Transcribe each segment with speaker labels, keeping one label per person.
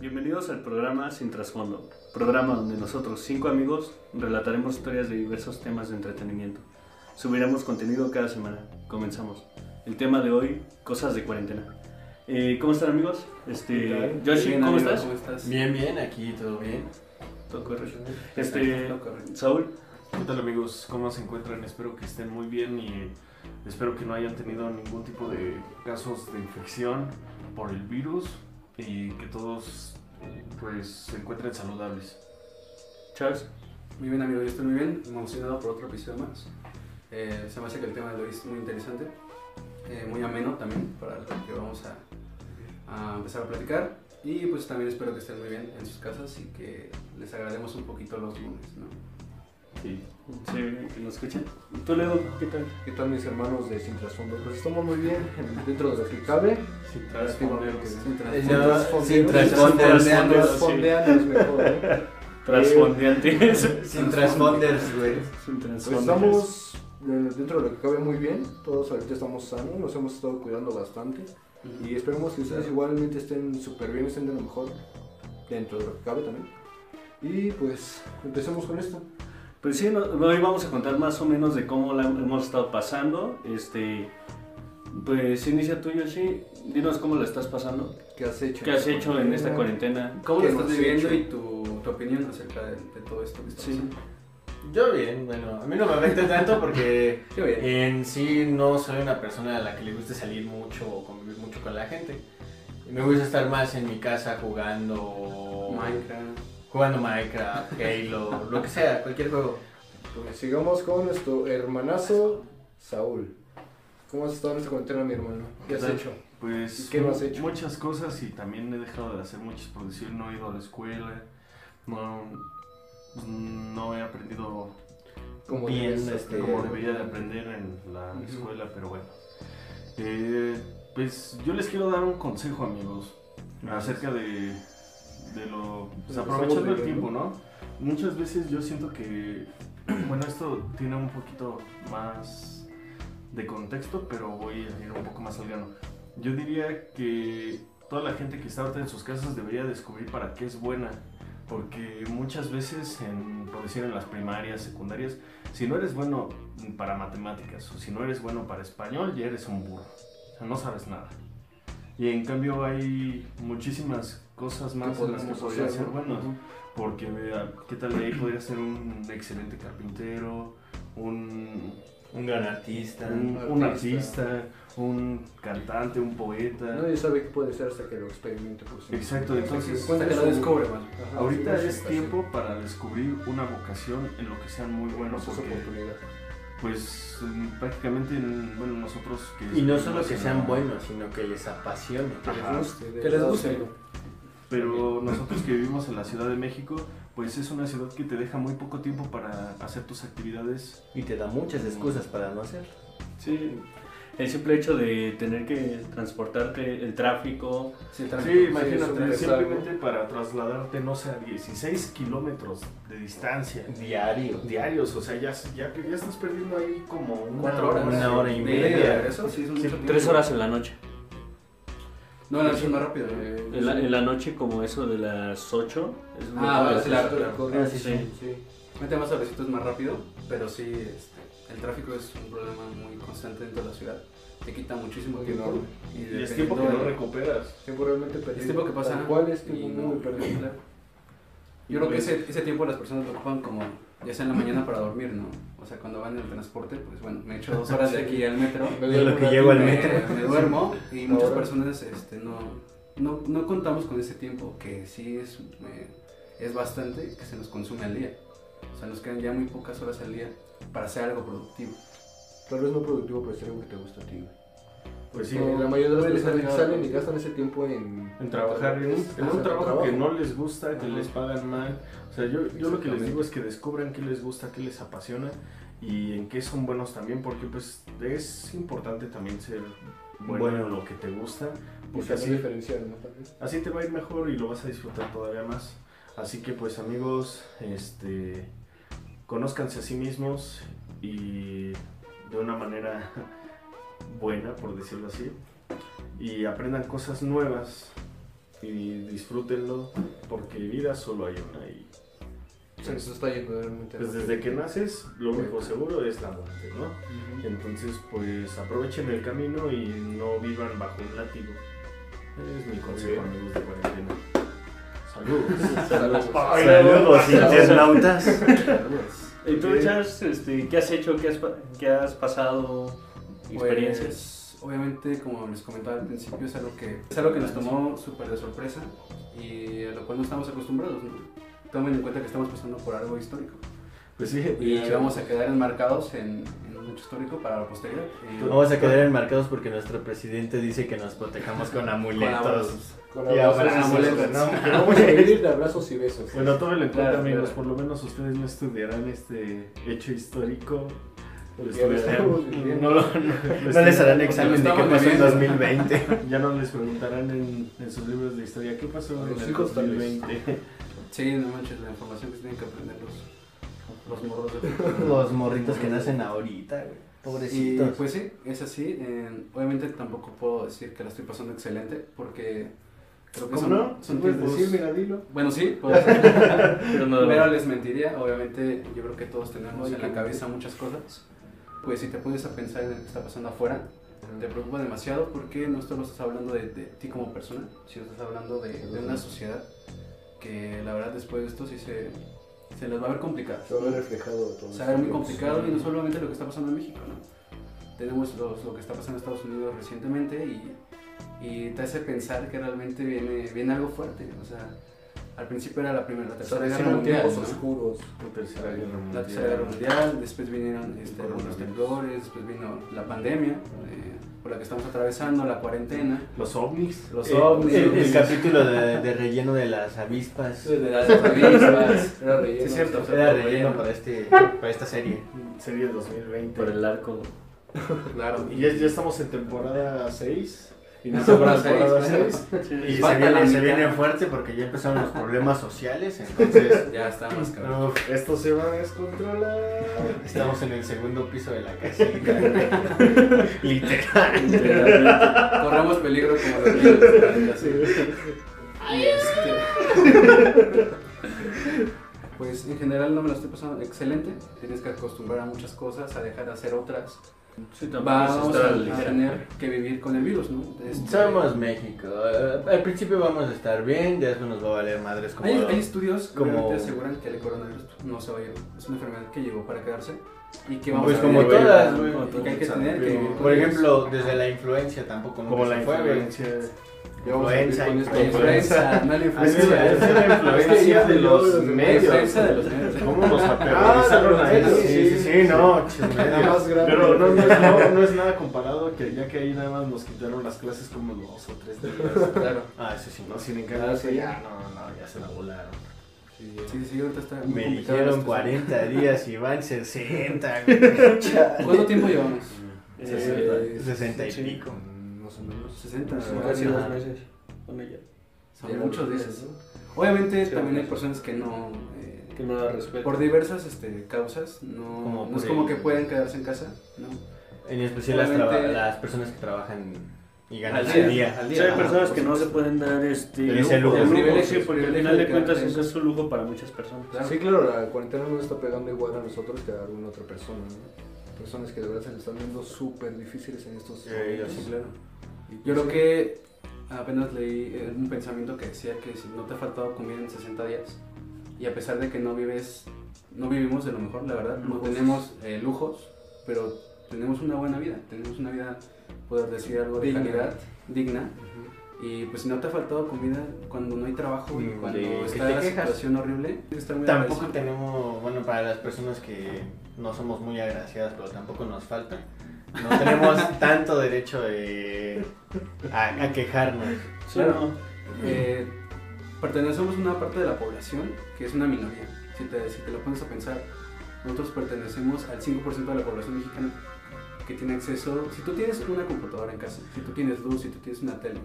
Speaker 1: Bienvenidos al programa Sin Trasfondo, programa donde nosotros, cinco amigos, relataremos historias de diversos temas de entretenimiento. Subiremos contenido cada semana. Comenzamos. El tema de hoy, cosas de cuarentena. Eh, ¿Cómo están amigos? Este, Yoshi,
Speaker 2: Bien,
Speaker 1: ¿cómo
Speaker 2: amigo,
Speaker 1: estás?
Speaker 3: Bien, bien, aquí todo bien.
Speaker 1: Todo correcto.
Speaker 2: Este...
Speaker 1: Este, Saúl,
Speaker 4: ¿Qué tal amigos? ¿Cómo se encuentran? Espero que estén muy bien y espero que no hayan tenido ningún tipo de casos de infección por el virus y que todos eh, pues se encuentren saludables.
Speaker 1: Charles,
Speaker 2: Muy bien, amigo, yo estoy muy bien, emocionado por otro episodio más. Eh, se me hace que el tema de hoy es muy interesante, eh, muy ameno también para lo que vamos a, a empezar a platicar. Y pues también espero que estén muy bien en sus casas y que les agrademos un poquito los lunes, ¿no?
Speaker 1: sí, que nos escuchen. ¿Tú, Leo, qué tal?
Speaker 5: ¿Qué tal mis hermanos de Sin Trasfondo? Pues estamos muy bien dentro de lo que cabe.
Speaker 4: Sin
Speaker 2: Sin
Speaker 5: Sin
Speaker 2: trasfondo.
Speaker 3: sin
Speaker 5: Eh, Sin
Speaker 1: trasfonderos.
Speaker 3: trasfonderos.
Speaker 5: trasfondeanos, mejor, ¿eh?
Speaker 1: Transfondeantes.
Speaker 3: Sin transponders, güey.
Speaker 1: Sin
Speaker 5: Pues
Speaker 1: trasfondeantes.
Speaker 5: estamos eh, dentro de lo que cabe muy bien. Todos ahorita estamos sanos, nos hemos estado cuidando bastante.
Speaker 2: Ujú.
Speaker 5: Y esperemos que ustedes igualmente estén súper bien, estén de lo mejor dentro de lo que cabe también. Y pues empecemos con esto.
Speaker 1: Pues sí, no- hoy vamos a contar más o menos de cómo la hemos estado pasando. Este, pues inicia tú, Yoshi. Dinos cómo la estás pasando.
Speaker 5: ¿Qué has hecho?
Speaker 1: ¿Qué has hecho en esta cuarentena?
Speaker 2: ¿Cómo
Speaker 5: ¿Qué
Speaker 2: lo estás
Speaker 5: hemos
Speaker 2: viviendo
Speaker 5: hecho?
Speaker 2: y tu, tu opinión acerca de, de todo esto que está
Speaker 1: Sí.
Speaker 2: pasando?
Speaker 3: Yo bien, bueno, a mí no me afecta tanto porque
Speaker 2: Qué bien.
Speaker 3: en sí no soy una persona a la que le guste salir mucho o convivir mucho con la gente. Me gusta estar más en mi casa jugando
Speaker 2: Minecraft.
Speaker 3: jugando Minecraft, Halo, lo que sea, cualquier juego.
Speaker 5: Pues sigamos con nuestro hermanazo Saúl. ¿Cómo has estado en esta cuarentena, mi hermano? ¿Qué has
Speaker 3: ¿Qué tal?
Speaker 5: hecho?
Speaker 4: Pues
Speaker 5: ¿Y qué no has hecho?
Speaker 4: muchas cosas y también he dejado de hacer muchas por decir, no he ido a la escuela, no, no he aprendido
Speaker 5: Como
Speaker 3: Bien,
Speaker 5: debes, este,
Speaker 3: este,
Speaker 4: como debería de aprender en la
Speaker 2: Ujú.
Speaker 4: escuela, pero bueno. Eh, pues yo les quiero dar un consejo, amigos, acerca de, de lo... pues,
Speaker 5: Lo que
Speaker 4: aprovechando
Speaker 5: estamos
Speaker 4: el
Speaker 5: viviendo.
Speaker 4: tiempo, ¿no? Muchas veces yo siento que, bueno, esto tiene un poquito más de contexto, pero voy a ir un poco más al grano. Yo diría que toda la gente que está ahorita en sus casas debería descubrir para qué es buena. Porque muchas veces, en, por decir, en las primarias, secundarias, si no eres bueno para matemáticas o si no eres bueno para español, ya eres un burro. O sea, no sabes nada. Y en cambio hay muchísimas cosas más en las que
Speaker 5: podríamos
Speaker 4: podrías
Speaker 5: hacer,
Speaker 4: ser
Speaker 5: ¿no?
Speaker 4: buenos. Porque vea, qué tal de ahí podrías ser un excelente carpintero, un,
Speaker 3: Un gran artista.
Speaker 1: Mm.
Speaker 4: un, un artista, un cantante, un poeta.
Speaker 5: Nadie sabe qué puede ser hasta que lo experimente por sí mismo.
Speaker 4: Exacto, entonces-
Speaker 5: Cuenta
Speaker 2: Hasta que lo
Speaker 5: su-
Speaker 2: descubre, man.
Speaker 5: Ajá,
Speaker 4: Ahorita
Speaker 5: sí, su
Speaker 4: es
Speaker 5: vocación.
Speaker 4: tiempo para descubrir una vocación en lo que sean muy
Speaker 5: Bueno,
Speaker 4: buenos,
Speaker 5: sus
Speaker 4: porque
Speaker 5: oportunidades.
Speaker 4: pues mm, prácticamente, mm, bueno, nosotros que...
Speaker 3: Y no solo que sean buenos, sino que les apasione.
Speaker 5: Que les
Speaker 4: Ajá.
Speaker 5: guste, de
Speaker 2: Que les
Speaker 5: verdad,
Speaker 2: guste.
Speaker 5: sí.
Speaker 4: Pero nosotros que vivimos en la Ciudad de México, pues es una ciudad que te deja muy poco tiempo para hacer tus actividades.
Speaker 3: Y te da muchas excusas para no hacerlo.
Speaker 1: Sí. El simple hecho de tener que transportarte, el tráfico.
Speaker 2: Sí,
Speaker 4: Sí,
Speaker 2: también.
Speaker 4: imagínate,
Speaker 5: es un
Speaker 4: simplemente para trasladarte, no sé, a 16 kilómetros de distancia.
Speaker 3: Diario.
Speaker 4: Diarios, o sea, ya, ya, ya estás perdiendo ahí como una
Speaker 2: Cuatro horas.
Speaker 3: Una hora y
Speaker 2: De
Speaker 3: media.
Speaker 2: ida y de regreso, sí, es mucho
Speaker 4: Sí,
Speaker 2: tiempo.
Speaker 1: Tres horas en la noche.
Speaker 2: No, la noche es más rápido. eh, ¿no?
Speaker 1: En la, en la noche como eso de las 8. Es muy
Speaker 2: Ah,
Speaker 1: tarde.
Speaker 2: vale, sí, la- la-
Speaker 1: Ah, sí, sí.
Speaker 2: Mete más sobrecitos más rápido, pero sí, este, el tráfico es un problema muy constante dentro de la ciudad. Te quita muchísimo
Speaker 5: Muy
Speaker 2: tiempo.
Speaker 5: enorme.
Speaker 2: Y,
Speaker 4: Y es tiempo que no
Speaker 2: dependiendo de-
Speaker 4: recuperas.
Speaker 5: Tiempo realmente perdido.
Speaker 2: Es tiempo que pasa.
Speaker 5: Tal cual es
Speaker 2: y
Speaker 5: tiempo
Speaker 2: no-
Speaker 5: muy perdido.
Speaker 2: Yo creo que
Speaker 4: Pues-
Speaker 2: ese, ese tiempo las personas lo ocupan como ya sea en la mañana para dormir, ¿no? O sea, cuando van en el transporte, pues bueno, me echo dos horas de aquí al metro.
Speaker 5: Me
Speaker 3: De lo que
Speaker 5: duermo
Speaker 3: llego al
Speaker 5: ratito.
Speaker 3: metro.
Speaker 2: me, me duermo y muchas
Speaker 5: Ahora.
Speaker 2: personas este, no, no, no contamos con ese tiempo que sí es, eh, es bastante que se nos consume al día. O sea, nos quedan ya muy pocas horas al día para hacer algo productivo.
Speaker 5: Tal vez no productivo, pero es algo que te gusta a ti. güey.
Speaker 4: Pues sí,
Speaker 5: Pero la mayoría de las
Speaker 2: Puedes
Speaker 5: personas que
Speaker 2: salir a-
Speaker 5: salen y gastan ese tiempo en...
Speaker 4: en trabajar en un, en un
Speaker 5: Hacer
Speaker 4: trabajo, que no les gusta, que
Speaker 5: Ajá.
Speaker 4: les pagan mal. O sea, yo, yo lo que les
Speaker 5: Exactamente.
Speaker 4: digo es que descubran qué les gusta, qué les apasiona y en qué son buenos también, porque pues es importante también ser bueno,
Speaker 3: Bueno.
Speaker 4: en lo que te gusta,
Speaker 5: Y
Speaker 4: porque
Speaker 5: saber
Speaker 4: así,
Speaker 5: diferenciar, ¿no? Tal vez.
Speaker 4: así te va a ir mejor y lo vas a disfrutar todavía más. Así que pues amigos, este, conózcanse a sí mismos y de una manera buena, por decirlo así, y aprendan cosas nuevas y disfrútenlo porque vida solo hay una y
Speaker 5: Se nos está yendo realmente.
Speaker 4: pues desde que naces lo único seguro es la muerte, ¿no? Entonces pues aprovechen el camino y no vivan bajo un látigo. Es mi consejo amigos de cuarentena. Saludos.
Speaker 5: Saludos.
Speaker 1: Saludos, internautas.
Speaker 5: Saludos.
Speaker 1: ¿Y tú, Charles, este, qué has hecho? ¿Qué has, pa- qué has pasado? ¿Experiencias?
Speaker 2: Pues, obviamente, como les comentaba al principio, es algo que, es algo que nos tomó súper de sorpresa y a lo cual no estamos acostumbrados. ¿no? Tomen en cuenta que estamos pasando por algo histórico
Speaker 4: Pues sí,
Speaker 2: y vamos a quedar enmarcados en, en un hecho histórico para la posteridad. Eh, Y-
Speaker 3: Vamos a quedar enmarcados porque nuestro presidente dice que nos protejamos con
Speaker 2: con abrazos.
Speaker 3: amuletos.
Speaker 5: Con
Speaker 3: Y
Speaker 5: abrazos
Speaker 3: abrazos,
Speaker 5: y besos.
Speaker 3: ¿no?
Speaker 5: Vamos a vivir de abrazos y besos.
Speaker 4: Bueno, tomen en cuenta,
Speaker 2: Claro,
Speaker 4: amigos,
Speaker 2: claro.
Speaker 4: por lo menos ustedes no estudiarán este hecho histórico. Lo
Speaker 5: Ya lo estamos viviendo.
Speaker 4: no lo-
Speaker 3: No
Speaker 4: lo
Speaker 3: les harán
Speaker 4: estudiarán.
Speaker 3: examen de qué
Speaker 2: Estamos
Speaker 3: pasó en
Speaker 2: viviendo.
Speaker 3: 2020.
Speaker 4: Ya no les preguntarán en, en sus libros de historia qué pasó
Speaker 5: A
Speaker 4: en
Speaker 5: los
Speaker 4: el
Speaker 5: hijos, tal vez.
Speaker 4: 2020.
Speaker 2: Sí, no manches, la información que tienen que aprender los, los morros de
Speaker 3: Los morritos que nacen ahorita, güey.
Speaker 2: Y
Speaker 3: Pobrecitos.
Speaker 2: pues sí, es así. eh, obviamente tampoco puedo decir que la estoy pasando excelente porque creo que
Speaker 4: ¿Cómo
Speaker 2: son,
Speaker 4: no?
Speaker 2: son
Speaker 4: Puedes
Speaker 2: tiempos-
Speaker 4: decir, mira, dilo.
Speaker 2: Bueno, sí, puedo decir,
Speaker 1: Pero no,
Speaker 2: pero les mentiría. Obviamente yo creo que todos tenemos
Speaker 5: Ay,
Speaker 2: en
Speaker 5: qué
Speaker 2: la cabeza muchas cosas. Pues si te pones a pensar en lo que está pasando afuera, te preocupa demasiado porque no solo estás hablando de, de ti como persona, sino estás hablando de, de una sociedad que la verdad después de esto sí se, se les va a ver complicado.
Speaker 5: Se va a ver reflejado todo.
Speaker 2: O sea, es muy
Speaker 5: esto.
Speaker 2: complicado y no solamente lo que está pasando en México, ¿no? Tenemos los- lo que está pasando en Estados Unidos recientemente y, y te hace pensar que realmente viene, viene algo fuerte. O sea, al principio era la primera, la
Speaker 5: Se
Speaker 2: tercera guerra
Speaker 5: avecinan
Speaker 2: mundial.
Speaker 5: tiempos
Speaker 2: ¿no?
Speaker 5: oscuros.
Speaker 4: La tercera guerra
Speaker 2: La tercera guerra mundial, después vinieron este, los
Speaker 4: Coronavirus.
Speaker 2: temblores, después vino la pandemia eh, por la que estamos atravesando, la cuarentena.
Speaker 4: Los ovnis.
Speaker 2: Los
Speaker 3: Eh,
Speaker 2: ovnis,
Speaker 3: el, el
Speaker 2: los-
Speaker 3: capítulo de, de relleno de las avispas
Speaker 2: de las revistas.
Speaker 5: Era
Speaker 2: Sí,
Speaker 5: relleno.
Speaker 2: es cierto.
Speaker 3: era relleno para, este, para esta serie.
Speaker 4: Serie 2020.
Speaker 1: por el arco.
Speaker 2: Claro.
Speaker 4: Y ya, ya estamos en temporada 6. Y no
Speaker 2: Temporada
Speaker 4: temporada
Speaker 2: seis,
Speaker 4: 6.
Speaker 3: Y se
Speaker 2: Falta la
Speaker 3: viene, se
Speaker 2: mitad.
Speaker 3: viene fuerte porque ya empezaron los problemas sociales, entonces
Speaker 2: Ya está más cabrón.
Speaker 4: Uf, esto se va a descontrolar.
Speaker 3: estamos en el segundo piso de la casita. Literal.
Speaker 2: Corremos peligro como los niños. Y este- Pues en general no me lo estoy pasando excelente. Tienes que acostumbrar a muchas cosas, a dejar de hacer otras.
Speaker 1: Sí, tampoco
Speaker 2: Vamos
Speaker 1: es
Speaker 2: a,
Speaker 1: estar
Speaker 2: a
Speaker 1: ligera.
Speaker 2: tener que vivir con el virus, ¿no? Este,
Speaker 3: Somos México. Eh, Al principio vamos a estar bien, ya después nos va a valer madres como.
Speaker 2: Hay, hay estudios que
Speaker 3: como-
Speaker 2: realmente aseguran que el coronavirus no se va a ir. Es una enfermedad que llegó para quedarse y que vamos
Speaker 3: Pues
Speaker 2: a
Speaker 3: como
Speaker 2: vivir,
Speaker 3: todas, güey.
Speaker 2: y que hay que tener que vivir con
Speaker 3: Por
Speaker 2: ellos.
Speaker 3: ejemplo, desde la influencia tampoco nunca
Speaker 4: Como la
Speaker 3: se fue, güey.
Speaker 4: influencia.
Speaker 2: Ya vamos a vivir con
Speaker 3: influenza,
Speaker 2: esta influenza, no la
Speaker 4: Es que la- es que
Speaker 2: influenza.
Speaker 4: la influencia de los
Speaker 2: La
Speaker 4: medios.
Speaker 2: influenza de los medios.
Speaker 4: ¿Cómo nos aterrorizaron
Speaker 5: Ah,
Speaker 4: ahí?
Speaker 5: sí, sí, sí, sí,
Speaker 4: no.
Speaker 5: Era más grave.
Speaker 4: Pero no, no, es, no, no es nada comparado que ya que ahí nada más nos quitaron las clases como dos o tres días.
Speaker 2: Claro.
Speaker 3: Ah, eso sí, no.
Speaker 4: No, sin
Speaker 5: Ah,
Speaker 4: encargarse.
Speaker 5: sí.
Speaker 4: Ya, no, no, ya se la volaron.
Speaker 5: Sí.
Speaker 2: Sí, sí, ahorita está muy
Speaker 3: Me
Speaker 2: complicado
Speaker 3: dijeron
Speaker 2: esto.
Speaker 3: 40 días y van 60, güey.
Speaker 2: ¿Cuánto tiempo llevamos?
Speaker 1: Es así, ¿verdad?
Speaker 5: Eh,
Speaker 3: 60 y
Speaker 5: sí.
Speaker 3: pico.
Speaker 5: Mm, Más o menos.
Speaker 2: 60.
Speaker 4: Ah,
Speaker 5: Casi
Speaker 2: ¿no?
Speaker 5: dos
Speaker 2: Ajá.
Speaker 5: meses.
Speaker 1: Bueno, ya.
Speaker 2: Son muchos
Speaker 5: meses,
Speaker 2: días. Obviamente
Speaker 1: Sí,
Speaker 2: también hay
Speaker 1: sí.
Speaker 2: personas que no... eh,
Speaker 1: Que no da respeto.
Speaker 2: por diversas este, causas, no,
Speaker 3: Como
Speaker 2: no es
Speaker 3: por
Speaker 2: como
Speaker 3: el-
Speaker 2: que pueden quedarse en casa, ¿no?
Speaker 3: En especial las,
Speaker 2: Obviamente-
Speaker 3: traba- las personas que trabajan y ganan
Speaker 2: Al
Speaker 3: al
Speaker 2: día,
Speaker 3: día.
Speaker 2: al
Speaker 1: Sí, hay
Speaker 5: ah,
Speaker 2: Ajá,
Speaker 1: personas
Speaker 2: por
Speaker 5: pues
Speaker 1: que no se
Speaker 2: supuesto.
Speaker 1: pueden dar este
Speaker 3: Ese lujo.
Speaker 1: El lujo,
Speaker 2: Privilegio,
Speaker 1: sí, porque al
Speaker 2: privilegio
Speaker 1: final
Speaker 2: de
Speaker 1: de cuentas
Speaker 2: quedarte
Speaker 1: eso es un lujo para muchas personas.
Speaker 2: Claro.
Speaker 5: Sí, claro, la cuarentena no está pegando igual a nosotros que a alguna otra persona, ¿no? Personas que de verdad se le están viendo súper difíciles en estos
Speaker 3: Sí,
Speaker 5: momentos.
Speaker 3: sí,
Speaker 2: claro.
Speaker 5: Y
Speaker 2: Yo
Speaker 5: pues,
Speaker 2: creo que apenas leí eh, un pensamiento que decía que si no te ha faltado comida en 60 días y a pesar de que no vives, no vivimos de lo mejor, la verdad, no tenemos eh, lujos, pero tenemos una buena vida, tenemos una vida, poder decir algo de
Speaker 5: Digna.
Speaker 2: calidad, digna.
Speaker 5: Ujú.
Speaker 2: Y pues si no te ha faltado comida cuando no hay trabajo y
Speaker 3: Mm,
Speaker 2: cuando
Speaker 3: de- que
Speaker 2: está
Speaker 3: te
Speaker 2: la
Speaker 3: quejas.
Speaker 2: situación horrible, tienes que estar muy
Speaker 3: Tampoco
Speaker 2: agradecido.
Speaker 3: tenemos, bueno, para las personas que no somos muy agraciadas, pero tampoco nos falta, no tenemos tanto derecho de, a, a quejarnos.
Speaker 1: Sí,
Speaker 2: Claro.
Speaker 1: no.
Speaker 2: Eh, pertenecemos a una parte de la población que es una minoría. Si te, si te lo pones a pensar, nosotros pertenecemos al 5% de la población mexicana que tiene acceso. Si tú tienes una computadora en casa, si tú tienes luz, si tú tienes una tele,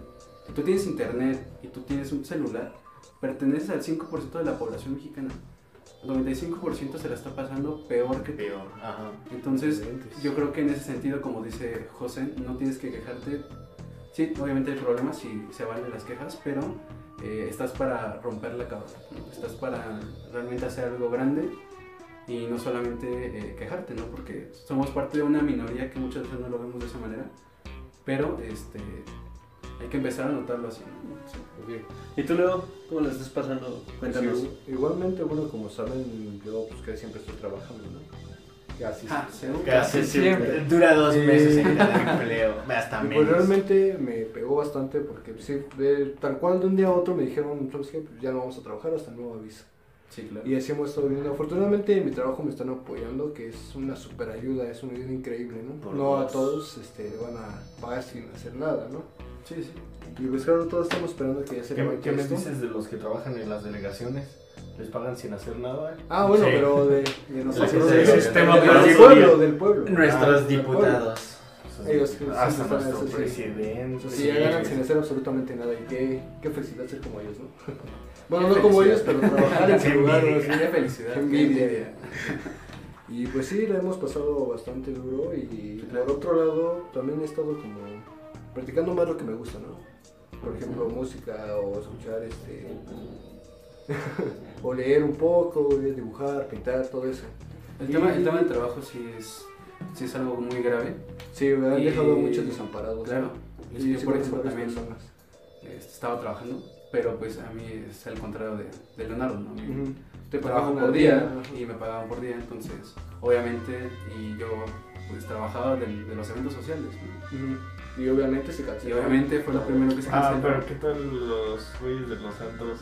Speaker 2: si tú tienes internet y tú tienes un celular, perteneces al 5% de la población mexicana. El 95% se la está pasando peor que tú.
Speaker 3: Digo, ajá.
Speaker 2: Entonces, yo creo que en ese sentido, como dice José, no tienes que quejarte Sí, obviamente hay problemas y se valen las quejas, pero eh, estás para romper la cabeza, ¿no? estás para realmente hacer algo grande y no solamente eh, quejarte, ¿no? Porque somos parte de una minoría que muchas veces no lo vemos de esa manera, pero este, hay que empezar a notarlo así, ¿no? Sí.
Speaker 5: Ok. pues
Speaker 1: ¿Y tú, Leo? ¿Cómo la estás pasando? Cuéntanos.
Speaker 5: Sí, igualmente, bueno, como saben, yo pues que siempre estoy trabajando, ¿no? Y así
Speaker 2: Ah, según-
Speaker 3: Casi siempre. Dura dos meses en el empleo. Hasta
Speaker 5: Y
Speaker 3: menos.
Speaker 5: pues realmente me pegó bastante porque pues, sí, de- tal cual de un día a otro me dijeron, ¿sabes qué? Pues ya no vamos a trabajar hasta nuevo aviso.
Speaker 2: Sí, claro.
Speaker 5: Y así hemos estado viviendo. Afortunadamente en mi trabajo me están apoyando, que es una super ayuda, es una ayuda increíble, ¿no?
Speaker 3: Por
Speaker 5: no a
Speaker 3: dos.
Speaker 5: todos este, van a pagar sin hacer nada, ¿no?
Speaker 2: Sí, sí.
Speaker 5: Y pues claro, todos estamos esperando que ya se
Speaker 3: ¿Qué,
Speaker 5: levante
Speaker 3: qué me
Speaker 5: esto.
Speaker 3: dices de los que trabajan en las delegaciones? ¿Les pagan sin hacer nada?
Speaker 5: Ah, bueno,
Speaker 3: Sí.
Speaker 5: pero de, de nosotros,
Speaker 3: gente
Speaker 5: de-
Speaker 3: del
Speaker 5: de-
Speaker 3: sistema
Speaker 5: del
Speaker 3: político.
Speaker 5: pueblo, del pueblo.
Speaker 3: Nuestros
Speaker 5: Ah, del pueblo.
Speaker 3: diputados.
Speaker 4: Pues,
Speaker 5: Ellos que siempre
Speaker 3: Hasta
Speaker 5: están
Speaker 3: nuestro
Speaker 5: en eso, sí.
Speaker 3: presidente.
Speaker 5: Entonces, si ya ganan sin hacer absolutamente nada, y qué, qué felicidad ser como ellos, ¿no? bueno, no como ellos, pero trabajar en
Speaker 3: Qué
Speaker 5: su lugar.
Speaker 3: envidia.
Speaker 5: ¿no?
Speaker 2: Qué felicidad.
Speaker 5: Qué envidia. Y pues sí, la hemos pasado bastante duro y por otro lado también he estado como practicando más lo que me gusta, ¿no? Por ejemplo, música o escuchar este... o leer un poco, dibujar, pintar, todo eso.
Speaker 2: El, tema, el tema del trabajo sí es, sí es algo muy grave.
Speaker 5: Sí, me han
Speaker 2: Y-
Speaker 5: dejado muchos desamparados.
Speaker 2: Claro.
Speaker 5: Y
Speaker 2: Y
Speaker 5: sí,
Speaker 2: por
Speaker 5: varias
Speaker 2: eso también
Speaker 5: personas.
Speaker 2: este, estaba trabajando, pero pues a mí es al contrario de, de Leonardo, ¿no? A mí
Speaker 5: Ujú.
Speaker 2: Te pagaban
Speaker 5: Trabajan
Speaker 2: por
Speaker 5: al
Speaker 2: día
Speaker 5: día.
Speaker 2: y me pagaban por día, entonces, obviamente, y yo pues trabajaba del- de los eventos sociales, ¿no?
Speaker 5: Ujú. Y obviamente se canceló.
Speaker 2: Y obviamente fue lo primero que se
Speaker 4: Ah,
Speaker 2: canceló.
Speaker 4: pero ¿qué tal los güeyes de los santos?